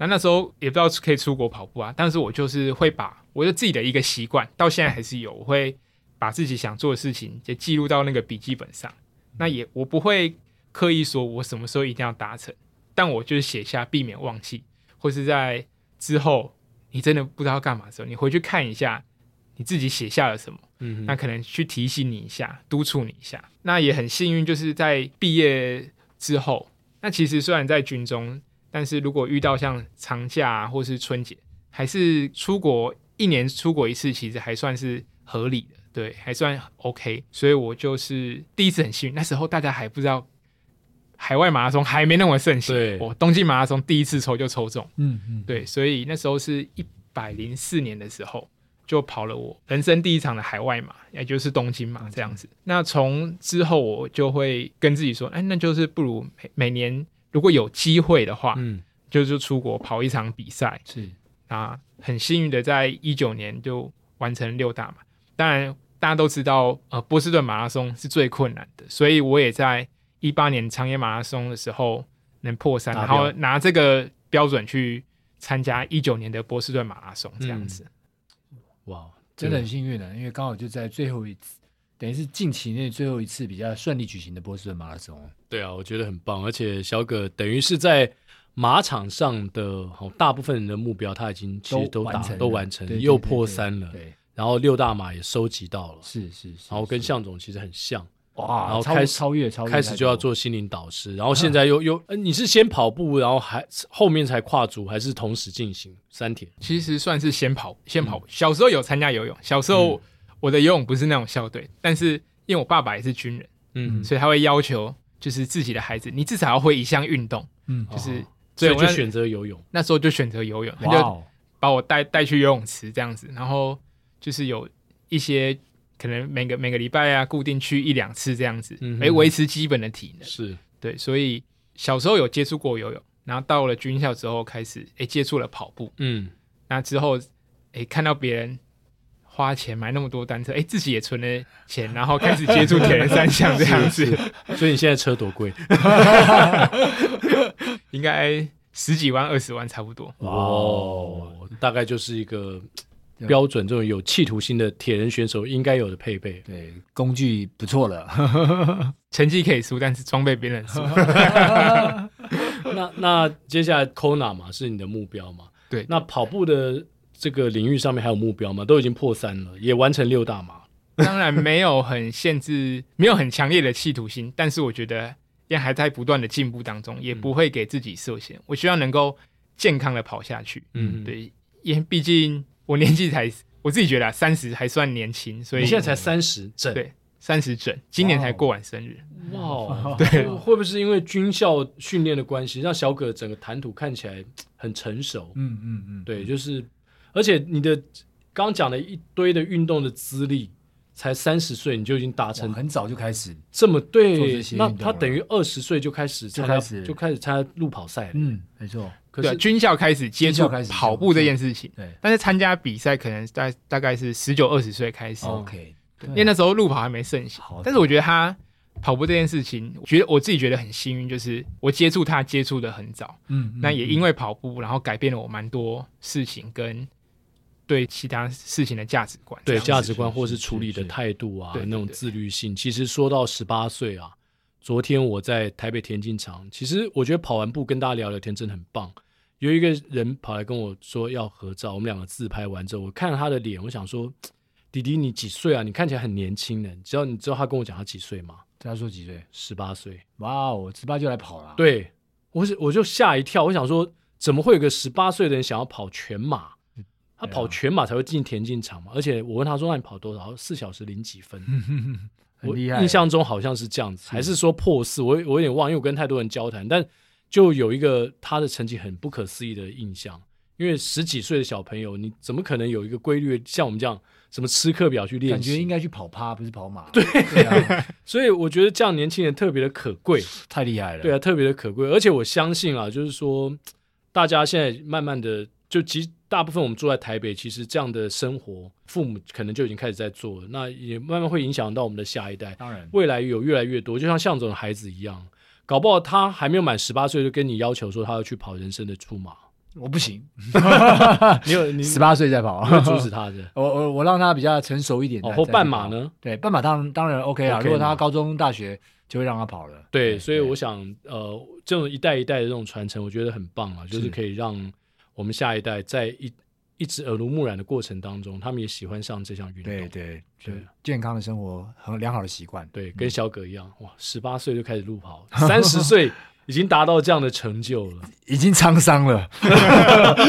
C: 那那时候也不知道可以出国跑步啊，但是我就是会把我就自己的一个习惯，到现在还是有，我会把自己想做的事情也记录到那个笔记本上。那也我不会刻意说我什么时候一定要达成，但我就是写下，避免忘记，或是在之后你真的不知道干嘛的时候，你回去看一下你自己写下了什么。
A: 嗯
C: 那
A: 哼，
C: 可能去提醒你一下，督促你一下。那也很幸运，就是在毕业之后，那其实虽然在军中，但是如果遇到像长假、啊、或是春节，还是出国一年出国一次，其实还算是合理的，对，还算 OK。所以我就是第一次很幸运，那时候大家还不知道海外马拉松还没那么盛行，
A: 对
C: 我东京马拉松第一次抽就抽中。
B: 嗯嗯，
C: 对，所以那时候是一百零四年的时候，就跑了我人生第一场的海外马，也就是东京马这样子。那从之后我就会跟自己说，哎，那就是不如每每年如果有机会的话，
A: 嗯，
C: 就就出国跑一场比赛。
A: 是
C: 啊，很幸运的在一九年就完成六大马。当然，大家都知道，呃，波士顿马拉松是最困难的，所以我也在一八年长野马拉松的时候能破三，
A: 达
C: 然
A: 标
C: 后拿这个标准去参加一九年的波士顿马拉松，这样子。
A: 哇，
B: 真的
A: 这
B: 很
A: 个
B: 幸运的，啊因为刚好就在最后一次，等于是近期内最后一次比较顺利举行的波士顿马拉松。
A: 对啊，我觉得很棒。而且小葛等于是在马场上的好大部分人的目标，他已经其实
B: 都
A: 打
B: 完成了
A: 都完成了，
B: 对对
A: 又
B: 对
A: 破
B: 对
A: 三了，
B: 对，
A: 然后六大马也收集到了，
B: 是是是，
A: 然后跟
B: 是
A: 向总其实很像。
B: 哇，
A: 然后
B: 超
A: 开始
B: 超越超越
A: 开始就要
B: 太多
A: 做心灵导师，然后现在又又，呃你是先跑步，然后还后面才跨足，还是同时进行三铁？
C: 其实算是先跑，先跑步。小时候有参加游泳，小时候我的游泳不是那种校队，但是因为我爸爸也是军人，
A: 嗯，
C: 所以他会要求就是自己的孩子，你至少要会一项运动，
B: 嗯
C: 就是。
A: 所以
C: 我
A: 就
C: 那
A: 选择游泳。
C: 那时候就选择游泳，他
B: 哇
C: 就
B: 哦，
C: 把我带带去游泳池这样子，然后就是有一些可能每个每个礼拜啊，固定去一两次这样子
A: 嗯，哼
C: 来维持基本的体能。
A: 是，
C: 对，所以小时候有接触过游泳，然后到了军校之后开始诶接触了跑步，
A: 嗯，
C: 那之后诶看到别人。花钱买那么多单车，诶，自己也存了钱，然后开始接触铁人三项这样子，
A: 所以你现在车多贵？
C: 应该十几万、二十万差不多。
A: 哇
B: 哇
A: 哦，大概就是一个呃标准这种有企图心的铁人选手应该有的配 备。
B: 对，工具不错了，
C: 成绩可以输，但是装备别人输。
A: 那那接下来 Kona 嘛是你的目标嘛？
C: 对
A: 那跑步的这个领域上面还有目标吗？都已经破三了，也完成六大马。
C: 当然没有很限制，没有很强烈的企图心，但是我觉得也还在不断的进步当中，也不会给自己设限。我希望能够健康的跑下去。
A: 嗯，。
C: 对，因为毕竟我年纪才，我自己觉得三、十还算年轻，所以
A: 你现在才三十整，
C: 对三十整，今年才过完生日。
A: 哇哦，对，会不会是因为军校训练的关系，让小葛整个谈吐看起来嘖很成熟？
B: 嗯嗯嗯，
A: 对，就是，而且你的刚讲的一堆的运动的资历，才三十岁你就已经达
B: 哇
A: 成
B: 很早就开始，
A: 这么
B: 做
A: 对
B: 这，些运
A: 那
B: 动
A: 他
B: 了
A: 等于二十岁就开始参加
B: 就开始
A: 就开始参加路跑赛了。
B: 嗯，没错，
A: 可
C: 对，啊
A: 是
C: 军校开始接
B: 军
C: 触
B: 校开始
C: 跑步这件事情，
B: 对
C: 但是参加比赛可能大大概是十九、二十岁开始。
B: ，OK，
C: 因为那时候路跑还没盛行
B: 好，
C: 但是我觉得他跑步这件事情，我觉得我自己觉得很幸运，就是我接触他接触的很早，
B: 嗯，嗯
C: 那也因为跑步，然后改变了我蛮多事情跟对其他事情的价值观。
A: 对
C: 这样
A: 价
C: 子
A: 值观
B: 是
A: 或
B: 是
A: 是
B: 是
A: 处理的
B: 是
A: 态度啊，
C: 对对
A: 那种
C: 对
A: 自律性。其实说到十八岁啊，昨天我在台北田径场，其实我觉得跑完步跟大家聊聊天真的很棒，有一个人跑来跟我说要合照，我们两个自拍完之后，我看了他的脸，我想说，弟弟你几岁啊？你看起来很年轻呢。你知道你知道他跟我讲他几岁吗？
B: 他说几岁？
A: 十八岁。
B: 哇哦，十八就来跑了。，
A: 对，我是我就吓一跳，我想说，怎么会有个十八岁的人想要跑全马？他
B: 对啊
A: 跑全马才会进田径场嘛？而且我问他说，那你跑多少？四小时零几分。
B: 嗯很
A: 我
B: 厉害。
A: 印象中好像是这样子，还是说破四？我我有点忘，因为我跟太多人交谈，但就有一个他的成绩很不可思议的印象。因为十几岁的小朋友，你怎么可能有一个规律？像我们这样什么吃课表去练
B: 感觉应
A: 习？
B: 该去跑趴，不是跑马。对，对 啊，
A: 所以我觉得这样年轻人特别的可贵，
B: 太厉害了。
A: 对啊，特别的可贵。而且我相信啊，就是说，大家现在慢慢的，就其实大部分我们住在台北，其实这样的生活，父母可能就已经开始在做了，那也慢慢会影响到我们的下一代。
B: 当然，
A: 未来有越来越多，就像向总的孩子一样，搞不好他还没有满十八岁就跟你要求说他要去跑人生的出马，
B: 我不行，
A: 你有 你
B: 十八岁再跑。
A: 你，会阻止 他的
B: 我我我让他比较成熟一点。
A: 哦，
B: 再
A: 或
B: 再去
A: 半马
B: 跑？
A: 呢？
B: 对，半马当当然 OK 啦。
A: OK
B: 如果他
A: 嘛
B: 高中、大学就会让他跑了。
A: 对，所以我想，呃，这种一代一代的这种传承，我觉得很棒啊，就是
B: 是
A: 可以让我们下一代在一一直耳濡目染的过程当中，他们也喜欢上这项运动。
B: 对对
A: 对啊
B: 对，健康的生活很良好的习惯。
A: 对跟小葛一样，哇，十八岁就开始路跑，三十岁已经达到这样的成就了。
B: 已经沧桑了，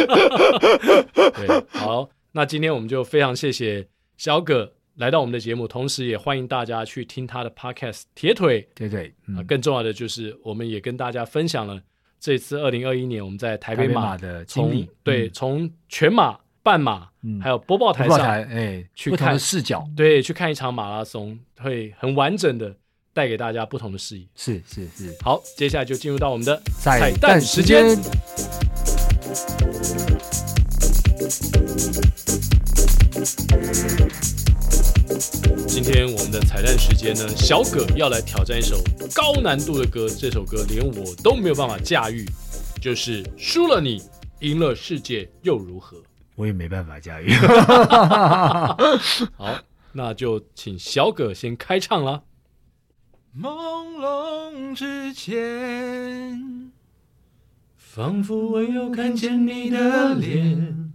A: 对，好，那今天我们就非常谢谢小葛来到我们的节目，同时也欢迎大家去听他的 podcast《铁腿》
B: 对对，嗯
A: 啊。更重要的就是，我们也跟大家分享了这次二零二一年我们在台北
B: 台北
A: 马
B: 马的经
A: 从
B: 历，
A: 对从全马、半马
B: 嗯
A: 还有播报
B: 不
A: 台
B: 过
A: 上
B: 台哎，
A: 去
B: 不同
A: 看
B: 的视角，
A: 对去看一场马拉松，会很完整的带给大家不同的视野。
B: 是是是，
A: 好，接下来就进入到我们的
B: 彩
A: 蛋
B: 蛋
A: 时
B: 时
A: 间
B: 间。
A: 今天我们的彩蛋时间呢，小葛要来挑战一首高难度的歌，这首歌连我都没有办法驾驭，就是输了你，赢了世界又如何？
B: 我也没办法驾驭。
A: 好，那就请小葛先开唱啦。
D: 朦胧之间，
A: 仿佛我又看见你
D: 的脸，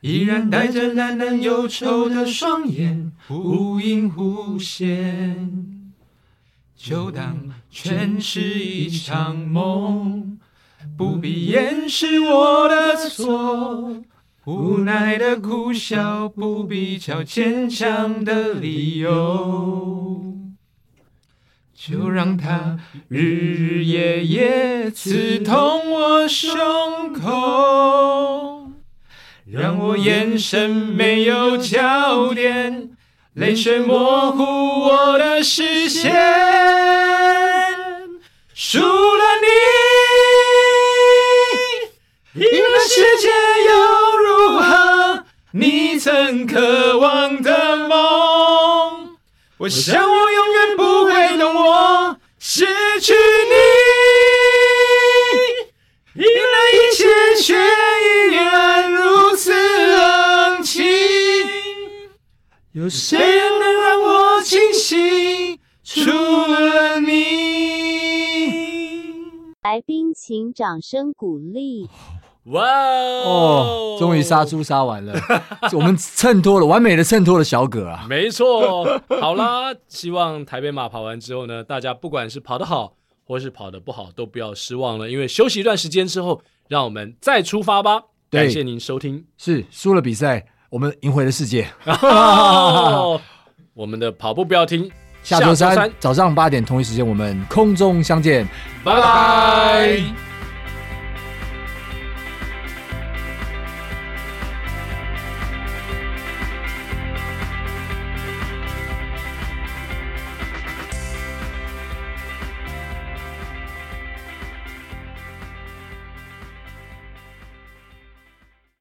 D: 依然带着淡淡忧愁的双眼，忽隐忽现。就当全是一场梦，不必掩饰我的错。无奈的苦笑，不必找坚强的理由。就让它日日夜夜刺痛我胸口，让我眼神没有焦点，泪水模糊我的视线。输了你，赢了世界又如何？你曾渴望的梦。我想我永远不会懂我失去你，赢了一切却依然如此冷清。有谁能让我清醒？除了你。
E: 来宾请掌声鼓励。
A: 哇
B: 哦，终于杀猪杀完了， 我们衬托了完美的衬托了小葛啊，
A: 没错，好啦，希望台北马跑完之后呢，大家不管是跑得好或是跑得不好，都不要失望了，因为休息一段时间之后，让我们再出发吧。
B: 对
A: 感谢您收听。
B: 是输了比赛，我们赢回了世 界。啊
A: 哦我们的跑步不要停，
B: 下周三早上八点同一时间，我们空中相见。
A: 拜拜。